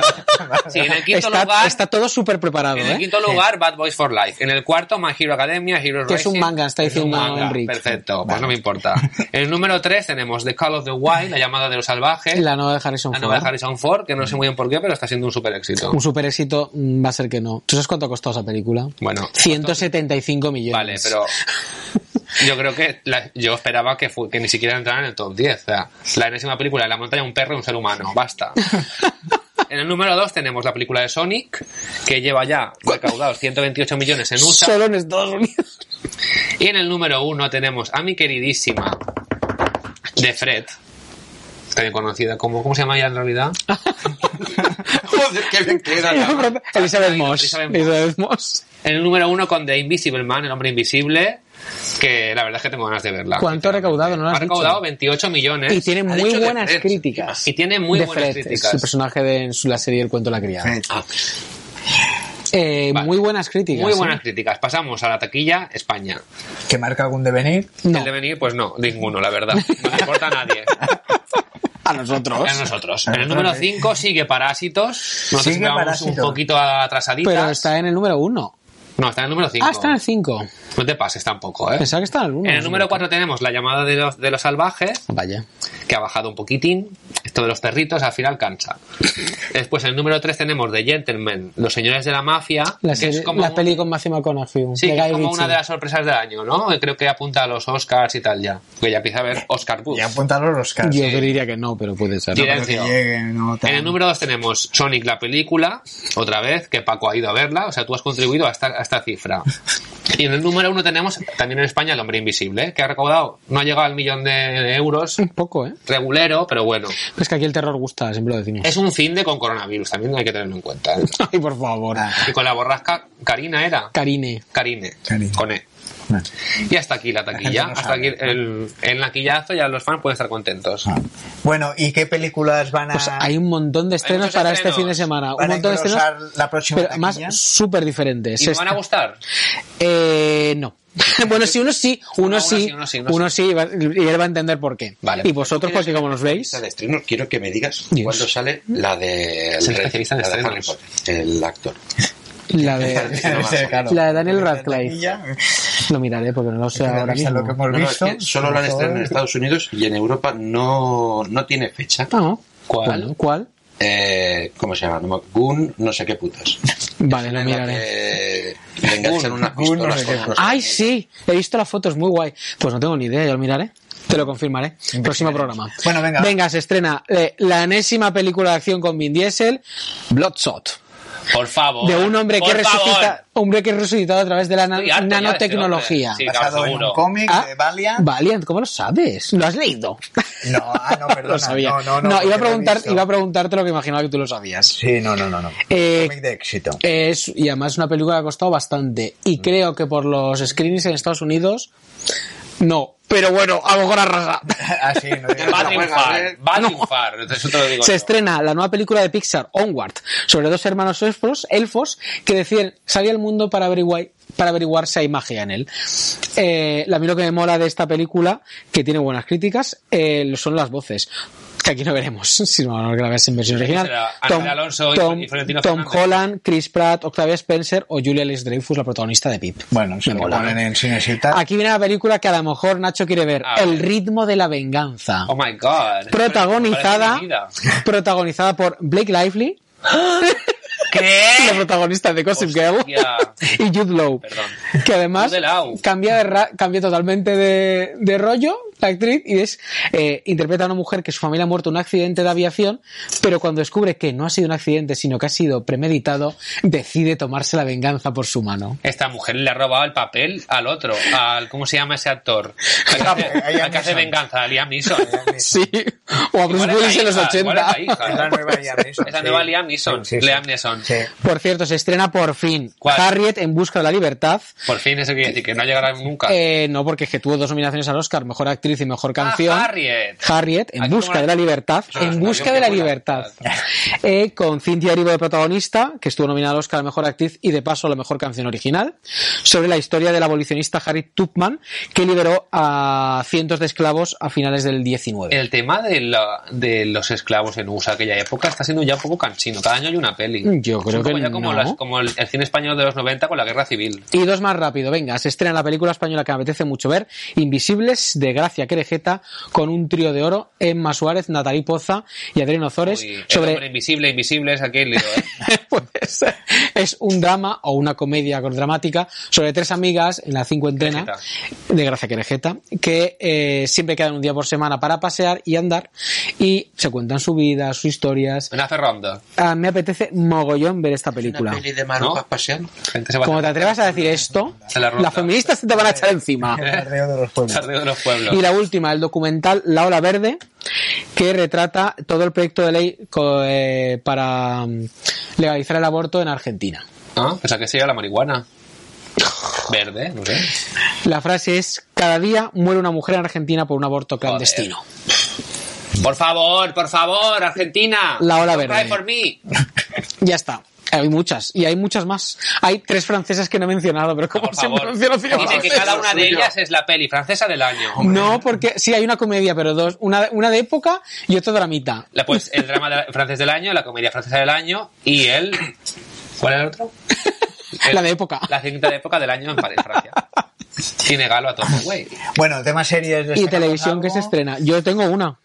S2: sí, en el quinto
S3: Está,
S2: lugar.
S3: está todo súper preparado,
S2: En el
S3: ¿eh?
S2: quinto lugar, Bad Boys for Life. En el cuarto, My Hero Academia, Hero
S3: Que es un
S2: Rising.
S3: manga, está
S2: Es un
S3: diciendo
S2: manga,
S3: Enric.
S2: Perfecto, pues no me importa. En el número 3 tenemos The Call of the Wild, La llamada de los salvajes.
S3: La nueva de Harrison
S2: la
S3: Ford.
S2: nueva de Harrison Ford, que no sé muy bien por qué, pero está siendo un super éxito.
S3: Un super éxito mm, va a ser que no. ¿Tú sabes cuánto ha costado esa película?
S2: Bueno,
S3: 175 millones.
S2: Vale, pero yo creo que la- yo esperaba que, fu- que ni siquiera entraran en el top 10. O sea, la enésima película de la montaña, un perro y un ser humano. Basta. En el número 2 tenemos la película de Sonic, que lleva ya recaudados 128 millones en USA.
S3: Solo en Estados Unidos.
S2: Y en el número 1 tenemos a mi queridísima de Fred, también conocida como, ¿cómo se llama ella en realidad?
S3: Ah.
S4: Joder, qué bien queda. cabrón.
S3: Elizabeth Moss.
S2: Elizabeth Moss.
S3: Elizabeth Moss.
S2: En el número 1 con The Invisible Man, el hombre invisible, que la verdad es que tengo ganas de verla.
S3: ¿Cuánto ha recaudado? No lo
S2: ha
S3: has dicho.
S2: recaudado 28 millones.
S3: Y tiene
S4: Ha
S3: muy
S4: dicho de
S3: buenas
S4: Fred.
S3: críticas.
S2: Y tiene muy
S3: de
S2: buenas
S3: Fred,
S2: críticas.
S3: Es el personaje de en su- la serie El cuento de la criada.
S1: Sí.
S4: Ah,
S3: Eh,
S2: Vale.
S3: Muy buenas críticas.
S2: Muy
S3: ¿eh?
S2: buenas críticas. Pasamos a la taquilla España.
S1: Que marca algún devenir.
S3: No,
S2: El devenir, pues no, ninguno, la verdad. No le importa a nadie.
S3: a nosotros.
S2: A nosotros.
S1: A
S2: En el número
S1: nosotros, sí.
S2: 5 sigue Parásitos. Nosotros
S1: Sigue
S2: siempre vamos
S1: Parásitos.
S2: un poquito atrasaditas.
S3: Pero está en el número uno.
S2: No, está en el número 5.
S3: Ah, está en el 5.
S2: No te pases tampoco, ¿eh?
S3: Pensaba que estaba en el 1.
S2: En el número 4 tenemos La llamada de los, de los salvajes,
S3: Vaya.
S2: que ha bajado un poquitín. Esto de los perritos al final cansa. Después en el número 3 tenemos The Gentlemen, Los señores de la mafia,
S3: La,
S2: que
S3: serie,
S2: es como,
S3: la
S2: un-
S3: peli con Matthew McConaughey.
S2: sí,
S3: de
S2: que es
S3: Guy
S2: como
S3: Ritchie.
S2: una de las sorpresas del año, ¿no? Que Creo que apunta a los Oscars y tal ya. Que ya empieza a haber Oscar Booth.
S1: Ya apuntaron los casos.
S3: Yo diría que no, pero puede ser. ¿no?
S2: Diré-
S1: Creo que
S2: Silencio.
S1: llegue, no, tal.
S2: En el número 2 tenemos Sonic la película, otra vez, que Paco ha ido a verla, o sea, tú has contribuido a esta, a esta cifra. Y en el número 1 tenemos también en España El Hombre Invisible, que ha recaudado, no ha llegado al millón de, de euros,
S3: Un poco, ¿eh?
S2: regulero, pero bueno.
S3: Es que aquí el terror gusta, siempre lo decimos.
S2: Es un fin de con coronavirus, también hay que tenerlo en cuenta. ¿eh?
S3: Ay, por favor.
S2: Y con la borrasca, Karina era.
S3: Karine.
S2: Karine,
S1: Karine.
S2: con E.
S1: Ah.
S2: Y hasta aquí la taquilla,
S1: no
S2: hasta
S1: sabe.
S2: aquí el, el naquillazo, ya los fans pueden estar contentos.
S1: Ah. Bueno, ¿y qué películas van a,
S3: Pues hay un montón de estrenos
S2: muchos
S3: para
S2: estrenos.
S3: este fin de semana. Un
S1: van a
S3: montón de estrenos,
S1: engrosar la próxima
S3: pero
S1: taquilla?
S3: más súper diferentes. Este-
S2: ¿Y me van a gustar?
S3: Eh, no. bueno, si uno sí, uno,
S2: uno
S3: sí,
S2: sí, uno sí, uno
S3: uno sí, va- y él va a entender por qué.
S2: Vale.
S3: y vosotros, porque como nos veis,
S4: lista de estrenos, quiero que me digas
S3: Dios.
S4: cuándo sale la de.
S2: Es el especialista en
S4: la de
S2: estrenos.
S4: Harry Potter, el actor.
S3: la de,
S4: no va a
S1: Sí,
S4: salir.
S1: claro.
S3: la de Daniel
S1: La
S3: Radcliffe,
S1: taquilla,
S3: lo miraré porque no lo sé
S1: que la
S3: ahora
S1: vista,
S3: mismo.
S1: lo que hemos
S4: No, no, es
S1: visto.
S4: que solo la han
S1: por
S4: estrenado en
S1: favor.
S4: Estados Unidos y en Europa no, no tiene fecha.
S3: No.
S2: ¿Cuál?
S3: Bueno, ¿Cuál?
S4: Eh, ¿Cómo se llama? No me- Gun, no sé qué putas. eh,
S3: Vale, lo
S4: En la
S3: miraré.
S4: que Le enganchan unas
S1: Gun, no
S4: pistolas
S1: sé qué
S4: con unos-
S3: Ay, sí, he visto las fotos, muy guay. Pues no tengo ni idea, yo lo miraré. Te lo confirmaré. Próximo programa.
S1: Bueno, venga.
S3: Venga, se estrena eh, la enésima película de acción con Vin Diesel, Bloodshot.
S2: Por favor.
S3: De un hombre que,
S2: por favor.
S3: resucita, hombre que es resucitado a través de la na-
S2: Estoy harto ya de este
S3: nanotecnología.
S2: hombre. Sí, claro,
S1: Basado en
S2: seguro.
S1: un cómic
S3: Ah,
S1: de Valiant.
S3: Valiant, ¿cómo lo sabes? ¿Lo has leído?
S1: No, ah, no, perdona.
S3: lo sabía.
S1: No, no, no, porque
S3: iba, a
S1: lo he
S3: preguntar,
S1: visto.
S3: iba a preguntarte lo que imaginaba que tú lo sabías.
S1: Sí, no, no, no. no.
S3: Eh,
S1: Cómic de éxito.
S3: Es,
S1: Mm.
S3: y además es una película que ha costado bastante. Y creo que por los screenings en Estados Unidos No, pero bueno, a lo mejor arrasa.
S1: Así, no digo-
S2: Va a
S4: No juega,
S2: triunfar,
S4: ¿eh?
S2: va a triunfar, eso te lo digo
S3: Se
S2: yo.
S3: estrena la nueva película de Pixar, Onward, sobre dos hermanos elfos, elfos que deciden salir al mundo para averiguar, para averiguar si hay magia en él. Eh, la mí lo que me mola de esta película, que tiene buenas críticas, eh, son las voces. Que aquí no veremos, si no, no que la veas en versión original.
S2: será Ángel Alonso y-
S3: Tom,
S2: y Florentino
S3: Tom
S2: Fernández.
S3: Holland, Chris Pratt, Octavia Spencer o Julia Louis Dreyfus, la protagonista de Pip.
S1: Bueno, si lo ponen en Cinecittà.
S3: Aquí viene la película que a lo mejor Nacho quiere ver,
S2: A
S3: El
S2: ver.
S3: ritmo de la venganza
S2: Oh my god.
S3: protagonizada
S2: Parece mi vida.
S3: protagonizada por Blake Lively la
S2: ¿Qué?
S3: protagonista de Gossip Girl
S2: Hostia.
S3: y Jude Law
S2: Perdón.
S3: que además
S2: Jude Law.
S3: cambia de ra- cambia totalmente de, de rollo la actriz y es eh, interpreta a una mujer que su familia ha muerto en un accidente de aviación pero cuando descubre que no ha sido un accidente sino que ha sido premeditado decide tomarse la venganza por su mano
S2: Esta mujer le ha robado el papel al otro, al ¿cómo se llama ese actor? Al que
S1: A
S2: hace,
S1: Liam
S2: al que hace
S1: Neeson.
S2: venganza, a Liam Neeson.
S3: sí o a Bruce
S2: ¿Cuál es la
S3: Willis en los
S2: hija? ¿Cuál es
S3: 80
S2: la hija?
S1: Es la nueva Liam Neeson.
S2: Es la
S1: sí.
S2: nueva Liam Neeson.
S1: Sí, sí, sí.
S2: Liam Neeson.
S1: Sí.
S3: por cierto se estrena por fin
S2: ¿Cuál?
S3: Harriet en busca de la libertad
S2: Por fin, eso quiere decir que no llegará nunca.
S3: Eh, no, porque es que tuvo dos nominaciones al Oscar, mejor actriz y mejor canción.
S2: Ah, Harriet.
S3: Harriet, en
S2: Aquí
S3: busca
S2: como
S3: de
S2: la-
S3: la libertad,
S2: Eso es
S3: en
S2: una
S3: busca de la
S2: locura.
S3: libertad. Eh, con Cynthia Erivo de protagonista, que estuvo nominada al Oscar a mejor actriz y de paso a la mejor canción original, sobre la historia del abolicionista Harry Tubman, que liberó a cientos de esclavos a finales del 19.
S2: El tema de, la- de los esclavos en USA aquella época está siendo ya un poco cansino. Cada año hay una peli.
S3: Mm, Yo
S2: Es
S3: creo
S2: un poco
S3: que
S2: ya como,
S3: no.
S2: las- como el, el cine español de los 90 con la guerra civil.
S3: Y dos más rápido, venga, se estrena la película española que me apetece mucho ver, Invisibles, de Gracia Querejeta, con un trío de oro, Emma Suárez, Natalí Poza y Adriano Zores,
S2: Uy, el
S3: sobre
S2: hombre invisible, invisible es aquel. lío, ¿eh?
S3: pues es un drama o una comedia dramática sobre tres amigas en la cincuentena de Gracia Querejeta que eh, siempre quedan un día por semana para pasear y andar y se cuentan su vida, sus historias.
S2: Una ferronda.
S3: Ah, me apetece mogollón ver esta película.
S4: Una peli de marujas
S2: ¿No?
S4: paseando.
S2: Gente se va
S3: Como te
S2: a
S3: atrevas a decir esto,
S2: Se la ronda.
S3: las feministas se te van a echar encima.
S1: El arreo de los pueblos.
S2: Tardeo de los pueblos.
S3: Y la última, el documental La Ola Verde, que retrata todo el proyecto de ley co- eh, para mm, legalizar el aborto en Argentina.
S2: Ah, pues a qué se lleva la marihuana. Verde, no sé.
S3: La frase es, cada día muere una mujer en Argentina por un aborto clandestino.
S2: Por favor, por favor, Argentina.
S3: La ola
S2: No
S3: verde.
S2: cae por mí.
S3: Ya está. Hay muchas, y hay muchas más. Hay tres francesas que no he mencionado, pero como
S2: Por
S3: siempre
S2: favor.
S3: menciono cine
S2: Dice que
S3: francés.
S2: cada una de ellas es la peli francesa del año.
S3: No, porque sí, hay una comedia, pero dos. Una, una de época y otra dramita.
S2: La, pues el drama de- francés del año, la comedia francesa del año y el. ¿Cuál era el otro? El-
S3: La de época.
S2: La cinta de época del año en París, Francia. Tiene galo a tope, güey.
S1: Bueno, tema series.
S3: Y
S1: destacamos
S3: televisión que
S1: algo.
S3: se estrena. Yo tengo una.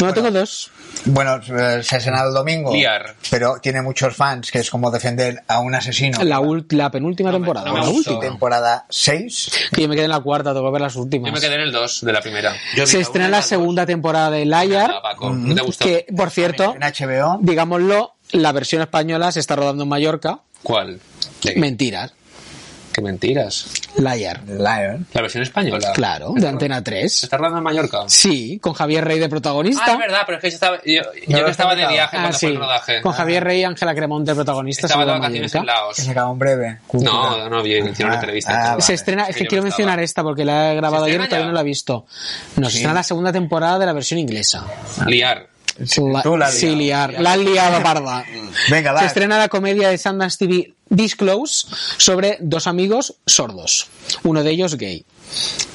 S3: No, tengo dos.
S1: Bueno, eh, se ha estrenado el domingo.
S2: Liar.
S1: Pero tiene muchos fans, que es como defender a un asesino.
S3: La, ul- la penúltima temporada.
S2: no me
S3: la
S2: gustó.
S3: última.
S1: Temporada 6.
S3: Que yo me quedé en la cuarta, tengo que ver las últimas.
S2: Yo me quedé en el 2 de la primera.
S4: Yo vi
S3: Se
S4: una,
S3: estrena
S4: una,
S3: la segunda temporada de Liar,
S2: Nada, Paco, ¿no te gustó?
S3: que, por cierto,
S1: En HBO.
S3: digámoslo, la versión española se está rodando en Mallorca.
S2: ¿Cuál? ¿De qué?
S3: Mentiras.
S2: Qué mentiras.
S3: Liar.
S1: Lion.
S2: La versión española.
S3: Claro, de Antena
S2: ¿Se
S3: 3.
S2: está rodando en Mallorca?
S3: Sí, con Javier Rey de
S2: Ah,
S3: protagonista.
S2: es verdad, pero es que yo estaba, yo, yo
S1: No lo
S2: que
S1: has
S2: estaba de
S1: comentado.
S2: viaje cuando
S3: Ah,
S2: fue
S3: sí,
S2: el rodaje.
S3: Con Javier Rey y Ángela Cremonte protagonistas
S2: Estaba de
S3: en
S2: vacaciones en
S3: Mallorca.
S1: Que
S2: Laos.
S1: se acaba en breve.
S2: No, no, yo hice una
S1: Ah,
S2: entrevista.
S1: ah,
S2: todo.
S1: vale.
S3: Se estrena,
S2: Sí,
S3: es que
S2: yo
S3: quiero
S2: no estaba.
S3: mencionar esta porque la he grabado
S2: ¿Se
S3: ayer y
S2: estrena
S3: todavía
S2: ya?
S3: no la he visto. Nos estrena la segunda temporada de la versión inglesa.
S2: Liar.
S3: La-
S1: tú la has
S3: sí,
S1: liado.
S3: liar. La han liado parda.
S1: Venga, va.
S3: Se estrena la comedia de Sundance TV Disclose sobre dos amigos sordos. Uno de ellos gay.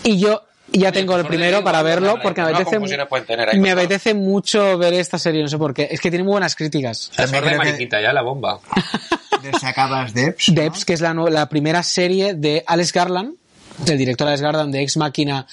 S3: Y yo ya tengo el
S2: sordo
S3: primero
S2: gay,
S3: para
S2: guapo,
S3: verlo
S2: caray,
S3: porque me
S4: alguna
S3: apetece,
S4: confusión pueden tener ahí,
S3: me
S4: por favor.
S3: apetece mucho ver esta serie, no sé por qué. Es que tiene muy buenas críticas.
S2: La
S1: También
S2: sorda de
S1: creo que-
S2: mariquita, ya la bomba.
S1: Destacabas Debs. ¿no?
S3: Debs, que es la, nu- la primera serie de Alex Garland, del director Alex Garland de Ex Máquina,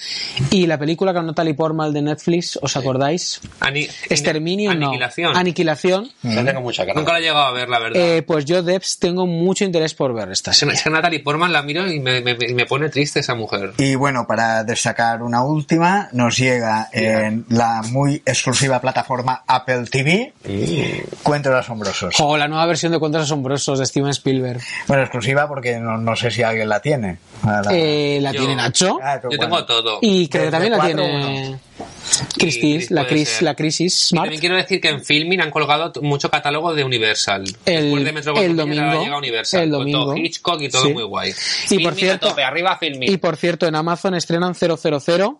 S3: y la película con Natalie Portman de Netflix, ¿os acordáis?
S2: Ani-
S3: Exterminio, no.
S2: Aniquilación.
S3: Aniquilación.
S4: No tengo mucha cara.
S2: Nunca la he llegado a ver, la verdad.
S3: Eh, pues yo, Debs, tengo mucho interés por ver esta
S2: Es
S3: serie.
S2: que- es que Natalie Portman la miro y me, me- me- me pone triste esa mujer.
S1: Y bueno, para destacar una última, nos llega en la muy exclusiva plataforma Apple TV, Cuentos Asombrosos.
S3: O la nueva versión de Cuentos Asombrosos de Steven Spielberg.
S1: Bueno, exclusiva porque no, no sé si alguien la tiene. A la-
S3: Eh, la
S2: Yo-
S3: tiene Nacho.
S1: Ah, pero
S2: Yo
S1: bueno.
S2: tengo todo.
S3: Y creo que
S1: desde
S3: también la
S1: cuatro,
S3: tiene. Christie's,
S2: Y
S3: la,
S2: puede
S3: cris-
S2: ser.
S3: la crisis
S2: Y
S3: Smart.
S2: también quiero decir que en Filmin han colgado t- mucho catálogo de Universal.
S3: El-
S2: Después de Metro
S3: el
S2: Goldwyn
S3: domingo.
S2: ahora llega Universal,
S3: El
S2: Con todo
S3: domingo.
S2: Hitchcock y todo
S3: Sí.
S2: muy guay.
S3: Y por
S2: Filmin a
S3: cierto-
S2: tope, arriba Filmin.
S3: Y por cierto, en Amazon estrenan 000,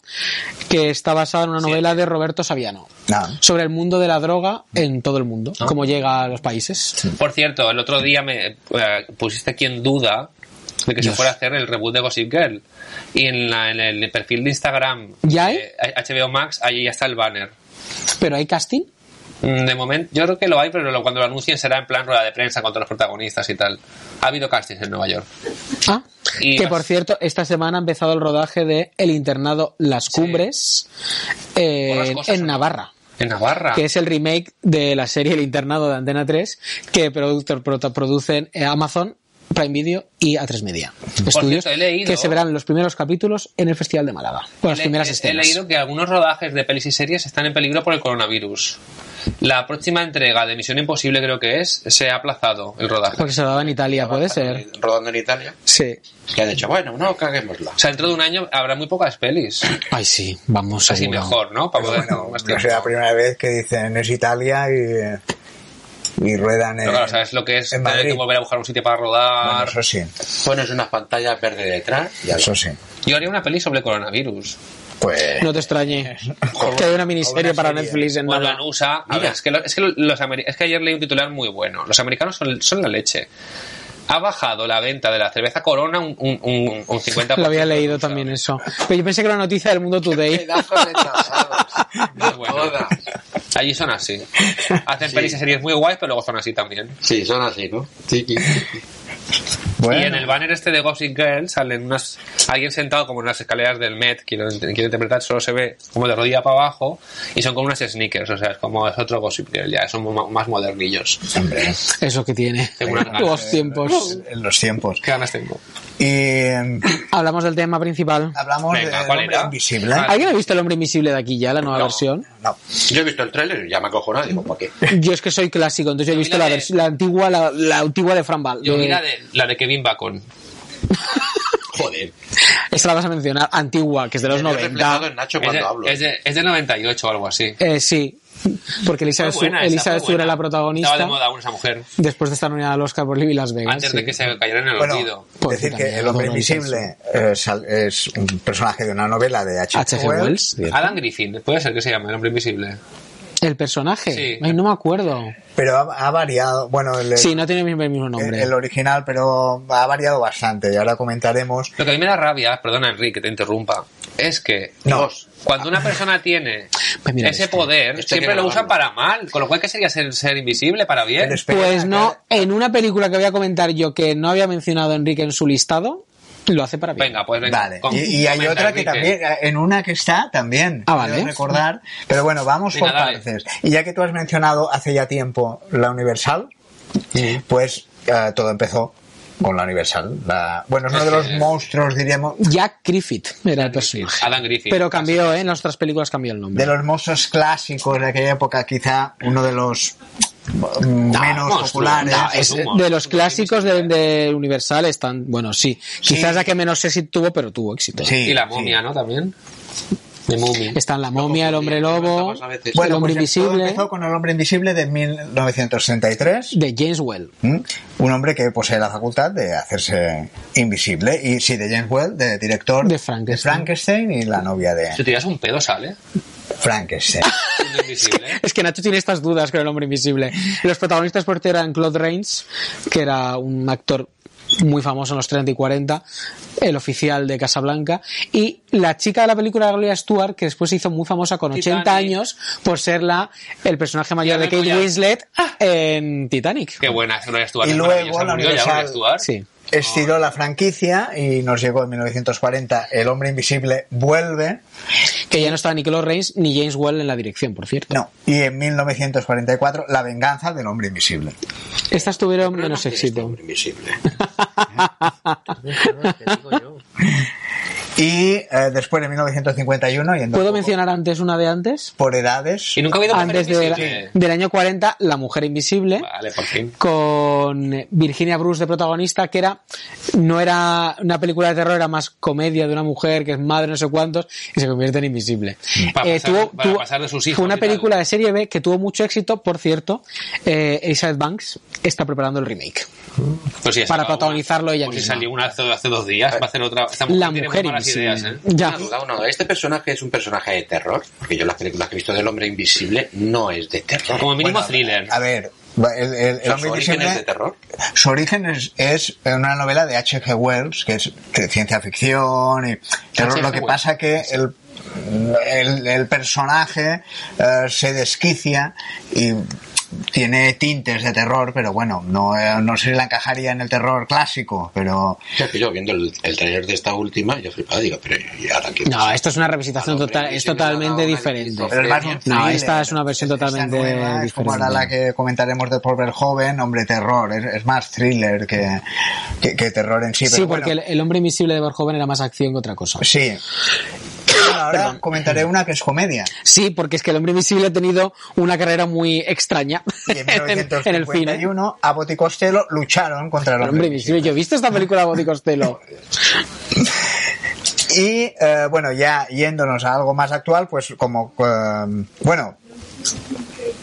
S3: que está basada en una novela de Roberto Saviano,
S1: Nada.
S3: sobre el mundo de la droga en todo el mundo,
S2: Ah.
S3: cómo llega a los países.
S2: Por cierto, el otro día me eh, pusiste aquí en duda de que se fuera a hacer el reboot de Gossip Girl. Y en, la- en el perfil de Instagram
S3: ¿Ya hay?
S2: de HBO Max, allí ya está el banner.
S3: Pero hay casting.
S2: Mm, De momento, yo creo que lo hay, pero lo- cuando lo anuncien será en plan rueda de prensa con todos los protagonistas y tal. Ha habido castings en Nueva York.
S3: Ah,
S2: Y
S3: que
S2: vas-
S3: por cierto, esta semana ha empezado el rodaje de El internado Las Cumbres eh,
S2: Por las cosas,
S3: en
S2: ¿no? Ah.
S3: Navarra.
S2: En Navarra.
S3: que es el remake de la serie El internado de Antena 3 que produ- prota- producen eh, Amazon, Prime Video y A3 Media. Estudios
S2: cierto, he leído-
S3: que se verán los primeros capítulos en el Festival de Málaga. Con las
S2: Le-
S3: primeras
S2: he-
S3: escenas.
S2: He leído que algunos rodajes de pelis y series están en peligro por el coronavirus. La próxima entrega de Misión Imposible, creo que es, se ha aplazado el rodaje.
S3: Porque se daba en Italia, puede ser.
S4: Rodando en Italia.
S3: Sí.
S4: Que ha dicho, bueno, no, caguémosla.
S2: O sea, dentro de un año habrá muy pocas pelis.
S3: Ay, sí, vamos
S2: Así
S3: seguro.
S2: mejor, ¿no? Para poder
S1: Bueno,
S2: más
S1: no
S2: tiempo.
S1: es la primera vez que dicen es Italia y, y ruedan en,
S2: Pero claro, ¿sabes lo que es
S1: en
S2: tener
S1: Madrid.
S2: que volver a buscar un sitio para
S1: Bueno,
S2: rodar?
S1: eso sí,
S4: Pones unas pantallas verdes detrás y a
S1: eso sí.
S2: Yo haría una peli sobre coronavirus.
S1: Pues
S3: No te extrañe que hay una miniserie
S1: Una
S3: para
S1: serie.
S3: Netflix en
S2: Bueno,
S3: nada.
S2: en USA, a ver, es que, lo- es, que lo- los ameri- es que ayer leí un titular muy bueno. Los americanos son, son la leche. Ha bajado la venta de la cerveza Corona un, un, un, un 50%.
S3: Lo había leído
S2: O sea,
S3: también eso. Pero yo pensé que era una noticia del Mundo Today.
S4: Pedazos de tasados.
S2: muy
S4: No
S2: bueno.
S4: jodas.
S2: Allí son así. Hacen pelis y series muy guays, pero luego son así también.
S4: Sí, son así, ¿no?
S1: bueno,
S2: Y en el banner este de Gossip Girl salen unas. Alguien sentado como en las escaleras del Met, quiero, quiero interpretar, solo se ve como de rodilla para abajo y son como unas sneakers, o sea, es como es otro Gossip Girl ya, son mo- más modernillos.
S1: hombre,
S3: Eso que tiene.
S2: Tengo unas ganas
S3: Los tiempos.
S1: en los tiempos.
S2: ¿Qué ganas tengo?
S1: Y eh,
S3: Hablamos del tema principal.
S1: hablamos
S2: Venga,
S1: de
S2: ¿cuál
S1: Hombre
S2: era?
S1: Invisible.
S2: Ah,
S3: ¿Alguien ha visto El Hombre Invisible de aquí ya, la nueva
S2: No.
S3: versión?
S1: No.
S4: Yo he visto el tráiler y ya me acojonado. Digo, ¿para qué?
S3: Yo es que soy clásico, entonces yo he
S2: Yo
S3: visto
S2: vi
S3: la,
S2: la de-
S3: vers- la antigua, la, la antigua de Fran Eh, Bal.
S2: Yo
S3: de-
S2: vi la de, Eh, la de Kevin Bacon.
S4: Joder.
S3: Esta la vas a mencionar, antigua, que es de los
S4: Me he reflejado
S3: 90.
S4: en Nacho
S2: Es
S4: cuando
S2: de,
S4: hablo.
S2: es, de, es de 98 o algo así.
S3: Eh, sí, porque Elizabeth,
S2: Fue buena
S3: Su-
S2: esa,
S3: Elizabeth
S2: fue
S3: Su era
S2: buena.
S3: la protagonista
S2: Estaba de moda aún esa mujer.
S3: después de estar nominada al Oscar por Libby Las Vegas.
S2: Antes
S3: sí.
S2: de que se cayera en el olvido.
S1: Bueno,
S3: Pues
S1: decir
S3: yo
S1: que
S3: también
S1: el hombre
S3: adoro
S1: invisible eh, sal- es un personaje de una novela de H.G.
S3: H.G. Wells,
S2: Alan Griffin, puede ser que se llame el hombre invisible.
S3: el personaje.
S2: Sí.
S3: Ay, no me acuerdo.
S1: pero ha, ha variado. Bueno, el,
S3: Sí, no tiene el mismo nombre.
S1: el original, pero ha variado bastante y ahora comentaremos.
S2: Lo que a mí me da rabia, perdona Enrique, que te interrumpa, es que
S1: No.
S2: Dios, cuando una persona tiene
S3: Pues mira
S2: ese
S3: este.
S2: poder,
S4: Este
S2: siempre
S4: que
S2: lo
S4: me
S2: usan
S4: vale.
S2: para mal, con lo cual que sería ser, ser invisible para bien.
S1: el especial.
S3: Pues no, en una película que voy a comentar yo que no había mencionado Enrique en su listado, lo hace para bien.
S2: Venga, pues venga.
S1: Vale,
S2: com-
S1: y, y hay
S2: comenta,
S1: otra que
S2: Enrique.
S1: también, eh, en una que está también,
S3: Ah, vale.
S1: quiero recordar, pero bueno, vamos
S2: Venga,
S1: por
S2: dale.
S1: partes. Y ya que tú has mencionado hace ya tiempo la Universal, pues eh, todo empezó con la Universal. La- bueno, es uno de los
S2: Sí.
S1: monstruos, diríamos,
S3: Jack Griffith era el personaje.
S2: Alan Griffith.
S3: Pero cambió, ¿eh? En las otras películas cambió el nombre.
S1: de los monstruos clásicos de aquella época, quizá uno de los mm, menos
S2: monstruo,
S1: populares.
S2: no, es-
S3: Eh, de los clásicos de, de Universal están, bueno, sí. Quizás la que menos éxito tuvo, pero tuvo éxito.
S1: Sí,
S2: y la
S1: sí.
S2: momia, ¿no? También. De momia.
S3: Están la momia, el hombre lobo,
S4: Comentamos a veces.
S3: el hombre
S1: pues todo
S3: invisible,
S1: empezó con el hombre invisible de 1963.
S3: de James Well.
S1: ¿Mm? Un hombre que posee la facultad de hacerse invisible. Y sí, de James Well, de director
S3: De Frankenstein.
S1: Frankenstein y la novia
S2: Si
S1: de
S2: tiras un pedo, sale.
S1: Frankenstein.
S2: Un invisible.
S3: Es que Nacho tiene estas dudas con el hombre invisible. Los protagonistas por eran Claude Rains, que era un actor muy famoso en los 30 y 40, el oficial de Casablanca, y la chica de la película Gloria Stewart, que después se hizo muy famosa con 80
S2: Titanic.
S3: años por ser la, el personaje mayor
S2: Ya
S3: de
S2: me
S3: Kate
S2: voy a-
S3: Winslet en Titanic.
S2: Qué buena es Gloria Stuart.
S1: Y
S2: es
S1: luego
S2: maravillosa.
S1: la
S2: Murió ya
S1: Universal.
S2: Gloria Stuart.
S3: Sí.
S1: Estiró la franquicia y nos llegó en 1940 El hombre invisible vuelve.
S3: Que ya no estaba ni Claude Rains ni James Well en la dirección, por cierto.
S1: No. Y en 1944 La venganza del hombre invisible.
S3: Estas tuvieron menos éxito.
S4: Invisible.
S1: Y eh, después de 1951, yendo un
S3: ¿Puedo
S1: poco
S3: mencionar antes una de antes?
S1: por edades,
S2: Y nunca ha habido mujer
S3: Antes de la-
S2: invisible.
S3: del año 40, La Mujer Invisible.
S2: Vale, por fin.
S3: con Virginia Bruce de protagonista, que era no era una película de terror, era más comedia de una mujer que es madre, no sé cuántos, y se convierte en invisible. Eh,
S2: Para pasar- para pasar de sus hijos
S3: Fue una
S2: y tal.
S3: película de serie B que tuvo mucho éxito, por cierto. Eh, Elizabeth Banks está preparando el remake.
S2: Pues sí, ya
S3: Para
S2: sacaba
S3: protagonizarlo
S2: una.
S3: ella
S2: Pues sí,
S3: misma.
S2: salió una hace, hace dos días, va a hacer otra. Esta
S3: La
S2: tiene muy
S3: mujer
S2: malas
S3: invisible.
S2: ideas, ¿eh?
S3: Ya.
S4: Duda o no, este personaje es un personaje de terror, porque yo las películas que he visto del hombre invisible no es de terror.
S2: Como mínimo
S4: Bueno,
S2: thriller.
S1: a ver, va- el, el- el
S4: ¿Son
S1: hombre
S4: orígenes
S1: invisible-
S4: de terror?
S1: Su origen es, es una novela de H.G. Wells, que es de ciencia ficción y terror.
S2: H.G.
S1: Lo que
S2: Wells.
S1: pasa que el, el, el personaje eh, se desquicia y tiene tintes de terror, pero bueno, no, eh, no se la encajaría en el terror clásico, pero
S4: O sea, que yo viendo el, el trailer de esta última, yo flipaba, digo, pero ¿y ahora qué?
S3: No, esto es una revisitación
S4: Al hombre
S3: total, es
S4: invisible le ha dado
S3: totalmente
S4: una
S3: diferente.
S4: esquizofrenia.
S1: Pero es más un
S3: No,
S1: thriller.
S3: esta es una versión
S1: Esta
S3: totalmente
S1: nueva es como ahora la
S3: diferente.
S1: que comentaremos de Paul Joven, hombre terror, es, es más thriller que, que, que terror en sí.
S3: Sí,
S1: pero
S3: porque
S1: bueno,
S3: el, el hombre invisible de Verhoeven era más acción que otra cosa.
S1: Pues
S2: Pues-
S1: Sí. Bueno, ahora comentaré una que es comedia.
S3: Sí, porque es que el hombre invisible ha tenido una carrera muy extraña
S1: Y en
S3: en, en el cine.
S1: 1951, Abbott y Costello lucharon contra el
S3: El hombre invisible. Yo he visto esta película Body Costello.
S1: Y eh, bueno, ya yéndonos a algo más actual, pues como, eh, bueno,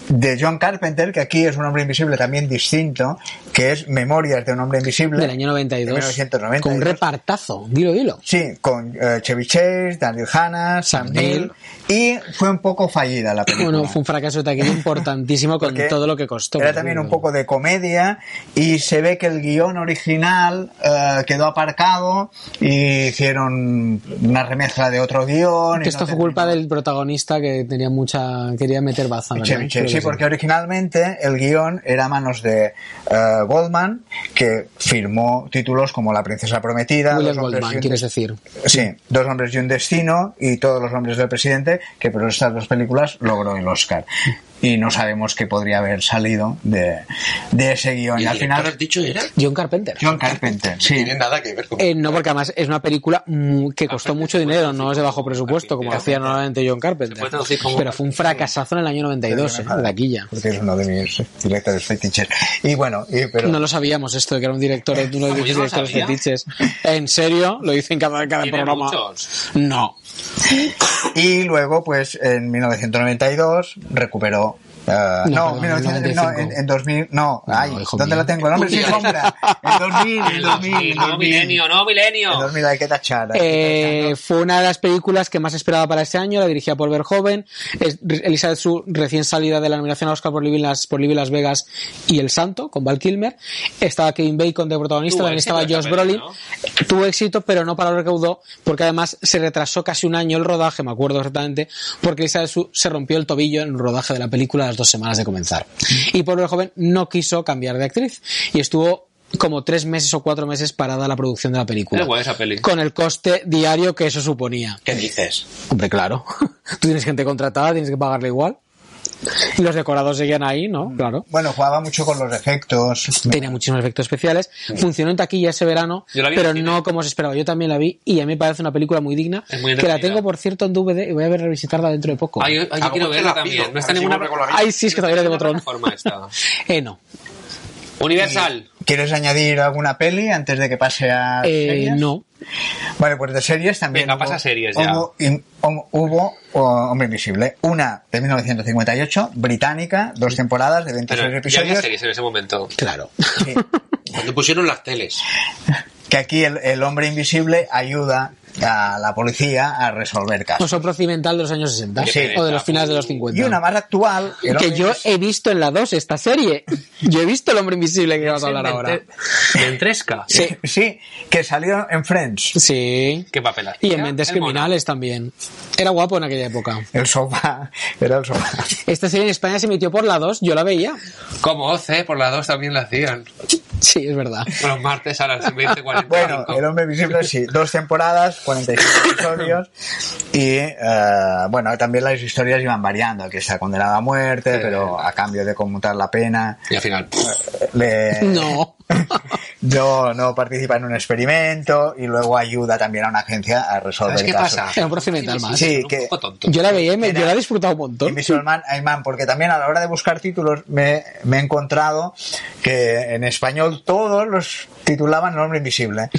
S1: de John Carpenter, que aquí es un hombre invisible también distinto, que es Memorias de un hombre invisible.
S3: Del año 92.
S1: de 1992.
S3: Con un repartazo. Dilo, dilo.
S1: Sí, con eh, Chevy Chase, Daniel Hanna, Sam
S3: Sam
S1: Neill. Y fue un poco fallida la película.
S3: Bueno, fue un fracaso de taquilla importantísimo con
S1: Porque
S3: todo lo que costó.
S1: Era también un poco de comedia y se ve que el guión original eh, quedó aparcado y hicieron una remezcla de otro guión.
S3: Que
S1: y
S3: esto
S1: no
S3: fue culpa
S1: terminó.
S3: del protagonista que tenía mucha. quería meter baza. ¿verdad?
S1: Chevy Chase,
S3: Creo
S1: sí,
S3: que
S1: porque originalmente el guión era a manos de eh, Goldman, que firmó títulos como La princesa prometida,
S3: William
S1: Los hombres y
S3: Goldman,
S1: un
S3: quieres decir.
S1: Sí, Dos hombres y un destino y Todos los hombres del presidente, que por estas dos películas logró el Oscar. Y no sabemos qué podría haber salido de, de ese guión. Y
S4: ¿Y el
S1: al
S4: director
S1: final,
S4: has dicho era? No
S3: John Carpenter.
S1: John Carpenter, sí.
S4: tiene nada que ver con...
S3: Eh, no, porque además es una película mm, que costó mucho dinero, no es de bajo presupuesto, como hacía normalmente John Carpenter.
S2: puede traducir como-
S3: Pero fue un fracasazo en el año 92, eh, de taquilla.
S1: Porque es uno de mis directores fetiches. Y bueno, y- pero...
S3: No lo sabíamos esto, de que era un director, uno de
S2: Oye,
S3: mis
S2: Pues ¿no lo
S3: directores
S2: sabía?
S3: fetiches. ¿En serio? Lo dicen cada, cada
S2: Tiene
S3: programa.
S2: muchos.
S3: No.
S1: Y luego, pues, en 1992 recuperó... eh,
S3: No,
S1: no,
S3: perdón,
S1: 1995, no, en, en 2000, no,
S3: No,
S1: ay,
S3: hijo
S1: ¿dónde
S3: mío.
S1: la tengo? El hombre sin sombra. En 2000, en 2000, en
S2: No,
S1: 2000.
S2: milenio, no,
S1: En
S2: milenio.
S1: 2000 hay que tachar. hay que tachar.
S3: Eh, fue una de las películas que más esperaba para este año, la dirigía por Verhoeven. Es- Elizabeth Su, recién salida de la nominación a Oscar por Living Las, por Living Las Vegas y El Santo, con Val Kilmer. Estaba Kevin Bacon de protagonista,
S2: Tuvo
S3: también
S2: éxito
S3: estaba
S2: esta
S3: Josh
S2: peli,
S3: Brolin. Tuvo éxito, pero no para lo que recaudó, porque además se retrasó casi un año el rodaje, me acuerdo exactamente, porque Elizabeth Su se rompió el tobillo en el rodaje de la película a las dos semanas de comenzar. Y por Verhoeven no quiso cambiar de actriz y estuvo como tres meses o cuatro meses parada la producción de la película
S2: Era guay esa peli.
S3: con el coste diario que eso suponía.
S4: ¿Qué dices?
S3: Hombre, claro. Tú tienes gente contratada, tienes que pagarle igual. Y los decorados seguían ahí, ¿no?
S1: Mm.
S3: Claro.
S1: Bueno, jugaba mucho con los efectos.
S3: Tenía muchísimos efectos especiales.
S1: Mm.
S3: Funcionó en taquilla ese verano,
S2: Yo la vi en
S3: pero
S2: el cine.
S3: no como se esperaba. Yo también la vi y a mí me parece una película muy digna.
S2: Es muy
S3: que la
S2: entretenida.
S3: tengo, por cierto, en DVD y voy a ver revisitarla dentro de poco.
S2: Ay, yo- ay, yo
S4: Ah,
S2: quiero
S4: pues te
S2: verla
S4: la pido.
S2: también. No está
S4: A ver si
S2: ninguna.
S4: vuelve con la-
S3: Ay, sí, es que todavía era de Motrón.
S2: plataforma esta.
S3: Eh, no.
S2: Universal.
S1: ¿Quieres añadir alguna peli antes de que pase a
S3: Eh,
S1: series?
S3: no.
S1: Vale, pues de series también.
S2: Venga,
S1: hubo-
S2: pasa a series ya.
S1: Hubo, in- hom- hubo, oh, Hombre Invisible. Una de 1958, británica, dos temporadas de 26
S2: Pero ya había
S1: episodios.
S2: series en ese momento.
S3: Claro.
S1: Sí,
S4: Cuando pusieron las teles.
S1: que aquí el, el hombre invisible ayuda a la policía a resolver casos.
S3: Oso procimental de los años 60
S2: Sí.
S3: o de los finales de los 50.
S1: Y una más actual. el
S3: que
S1: hombre
S3: yo
S1: invis-
S3: he visto en la 2 esta serie. Yo he visto El hombre invisible que vas a hablar ahora.
S2: Ventresca.
S3: Sí.
S1: Sí, que salió en Friends.
S3: Sí.
S2: ¿Qué papel hacía?
S3: Y en Mentes
S2: El mono.
S3: Criminales también. Era guapo en aquella época.
S1: El sofá. Era el sofá.
S3: Esta serie en España se emitió por la 2, yo la veía.
S2: Como OC, por las dos también la hacían.
S3: Sí, es verdad.
S1: Eh,
S2: Los martes a las 20.45.
S1: Bueno, El Hombre Invisible, sí, dos temporadas, 45 episodios. Y eh, bueno, también las historias iban variando: que está condenado a muerte, pero a cambio de conmutar la pena,
S2: Y al final.
S1: le,
S3: No.
S1: no, no participa en un experimento y luego ayuda también a una agencia a resolver
S2: ¿Sabes qué
S1: casos.
S2: pasa?
S3: Era un procedimental más.
S1: sí,
S2: un
S1: que-
S2: poco tonto.
S3: Yo la veía y me,
S1: Era-
S3: yo la he disfrutado un montón.
S1: Invisible Man, Iron Man, porque también a la hora de buscar títulos me, me he encontrado que en español todos los titulaban El Hombre Invisible.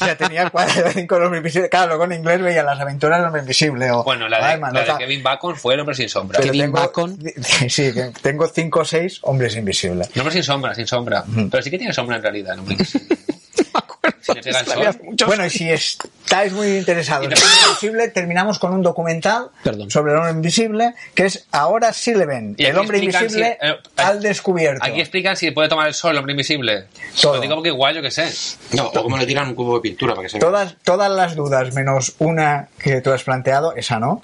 S1: O sea, tenía cuatro o cinco El Hombre Invisible. Claro, luego en inglés veía Las Aventuras del Hombre Invisible o
S2: Bueno, la de,
S1: Iron Man,
S2: la
S1: o
S2: de
S1: sea,
S2: Kevin Bacon fue el hombre sin sombra.
S1: pero
S3: Kevin
S1: tengo-
S3: Bacon.
S1: Sí, que tengo cinco o seis Hombres Invisibles.
S2: El hombre sin sombra, sin sombra. Pero sí que tiene sombra en realidad. el hombre sin sombra.
S3: me acuerdo.
S2: Si le pega el
S3: Sabía
S2: sol.
S3: mucho.
S1: Bueno, y si estáis muy interesados en el Hombre Invisible, terminamos con un documental
S3: Perdón.
S1: sobre el hombre invisible que es Ahora sí le ven.
S2: Y
S1: el
S2: aquí
S1: hombre
S2: explican si-
S1: invisible
S2: eh,
S1: al descubierto.
S2: Aquí explican si puede tomar el sol el hombre invisible.
S1: Todo.
S2: Lo digo porque igual, yo qué sé.
S4: No, o como le tiran un cubo de pintura para que se vea.
S1: Todas, todas las dudas, menos una que tú has planteado, esa no.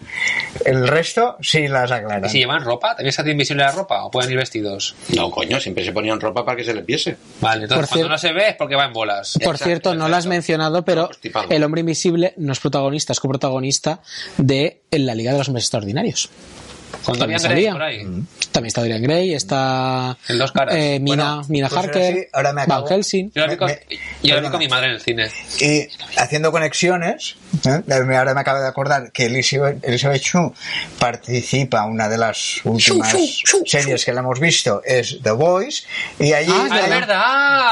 S1: El resto sí las
S2: ¿Y
S1: aclaran.
S2: si llevan ropa? ¿También se hace invisible la ropa? ¿O pueden ir vestidos?
S4: No, coño, siempre se ponían ropa para que se les viese.
S2: Vale, entonces
S3: Por
S2: cuando
S3: cier-
S2: no se ve es porque va en bolas.
S3: Por
S4: Exacto,
S3: cierto, no lo has
S4: exacto.
S3: mencionado, pero
S4: Vamos, tipado.
S3: el hombre invisible no es protagonista, es coprotagonista de en la Liga de los Hombres Extraordinarios.
S2: Cuando había
S3: También
S2: Grey
S3: salía. Mm.
S2: por ahí.
S3: También está Dorian Gray, está
S2: En dos caras.
S3: eh, Mina,
S1: Bueno,
S3: Mina
S1: pues
S3: Harker,
S1: ahora sí, ahora me acabo.
S3: Van Helsing.
S2: Yo la vi
S1: Me-
S2: con,
S1: me-
S2: yo la vi
S1: perdona.
S2: con mi madre en el cine.
S1: Y haciendo conexiones, ¿eh? ahora me acabo de acordar que Elizabeth, Elizabeth Chu participa, una de las últimas series que la hemos visto es The Voice, y allí,
S3: Ah, es
S2: ¡Ah, es
S3: Vale.
S2: verdad!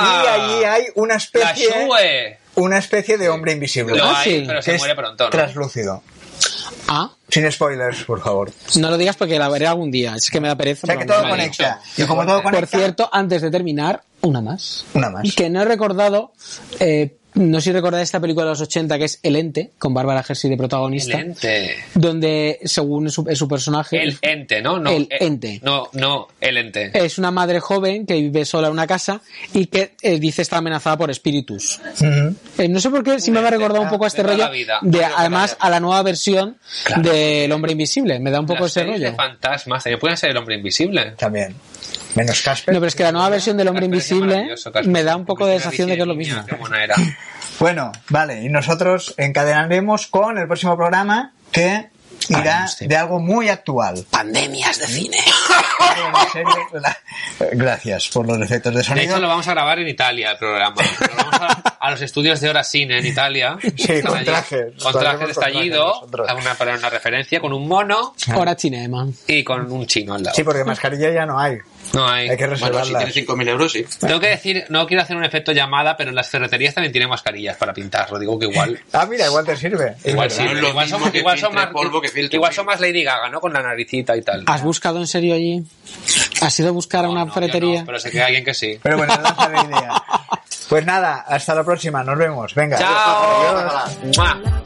S1: y allí hay una
S2: ¡La
S1: especie,
S2: Shue!
S1: una especie de hombre invisible.
S2: Lo
S3: Ah,
S2: hay,
S3: sí.
S2: pero
S1: que
S2: se
S1: es
S2: muere pronto, ¿no?
S1: Translúcido.
S3: Ah,
S1: Sin spoilers, por favor.
S3: no lo digas porque la veré algún día, es que me da pereza.
S1: O sea
S3: pero
S1: que
S3: la
S1: todo
S3: veré.
S2: conecta.
S1: conecta. Y como todo conecta,
S3: Por cierto, antes de terminar, una más.
S1: Una más.
S3: Que no he recordado, eh, no sé si recordáis esta película de los 80 que es El Ente, con Bárbara Hershey de protagonista,
S2: El ente.
S3: donde según su, su personaje...
S2: El ente, ¿no? no
S3: El
S2: eh,
S3: ente.
S2: No, no, el ente.
S3: es una madre joven que vive sola en una casa y que eh, dice está amenazada por espíritus.
S1: Ujú.
S3: Eh, no sé por qué, si me ha recordado un poco a este
S2: de toda
S3: rollo.
S2: la vida.
S3: De,
S2: Claro,
S3: además, a la nueva versión del Hombre Invisible. Me da un poco
S2: Las
S3: ese
S2: series
S3: rollo.
S2: de fantasmas. También pueden ser el hombre invisible.
S1: también. Menos Casper.
S3: No, pero es que la nueva versión del Hombre
S2: Casper es
S3: Invisible
S2: maravilloso, Casper.
S3: me da un poco de
S2: Cristina
S3: sensación de que es lo
S2: Vicini,
S3: mismo.
S2: qué buena era.
S1: Bueno, vale, y nosotros encadenaremos con el próximo programa que irá
S3: Ah, sí.
S1: de algo muy actual.
S3: Pandemias de cine.
S1: En serio, la- Gracias por los efectos de
S2: De
S1: sonido.
S2: hecho, lo vamos a grabar en Italia el programa. Lo vamos a, a los estudios de Hora Cine en Italia.
S1: Sí, con
S2: Allí,
S1: trajes.
S2: Con
S1: Lo haremos
S2: trajes
S1: con trajes
S2: estallido,
S1: nosotros.
S2: a una, para una referencia, con un mono
S3: Ahora cinema.
S2: y con un chino al lado.
S1: Sí, porque mascarilla ya no hay.
S2: no hay.
S1: Hay que
S4: Bueno, si
S1: reservarla.
S4: tienes 5.000 euros, sí.
S2: Tengo que decir, no quiero hacer un efecto llamada, pero en las ferreterías también tienen mascarillas para pintarlo. Digo que igual.
S1: Ah, mira, igual te sirve.
S2: Igual,
S4: verdad,
S2: sí,
S4: es lo
S2: igual
S4: mismo
S2: son,
S4: que
S2: igual son
S4: filtre
S2: más,
S4: polvo que filtre
S2: igual
S4: polvo.
S2: son más Lady Gaga, ¿no? Con la naricita y tal.
S3: ¿Has buscado en serio allí? ¿Has ido a buscar a
S2: No,
S3: Ah, una
S2: no, yo
S3: ferretería?
S2: no, pero sé que hay alguien que sí.
S1: Pero bueno, lanza la idea. Pues nada, hasta la próxima, nos vemos. Venga.
S2: ¡Chao!
S1: Adiós.
S2: ¡Mua!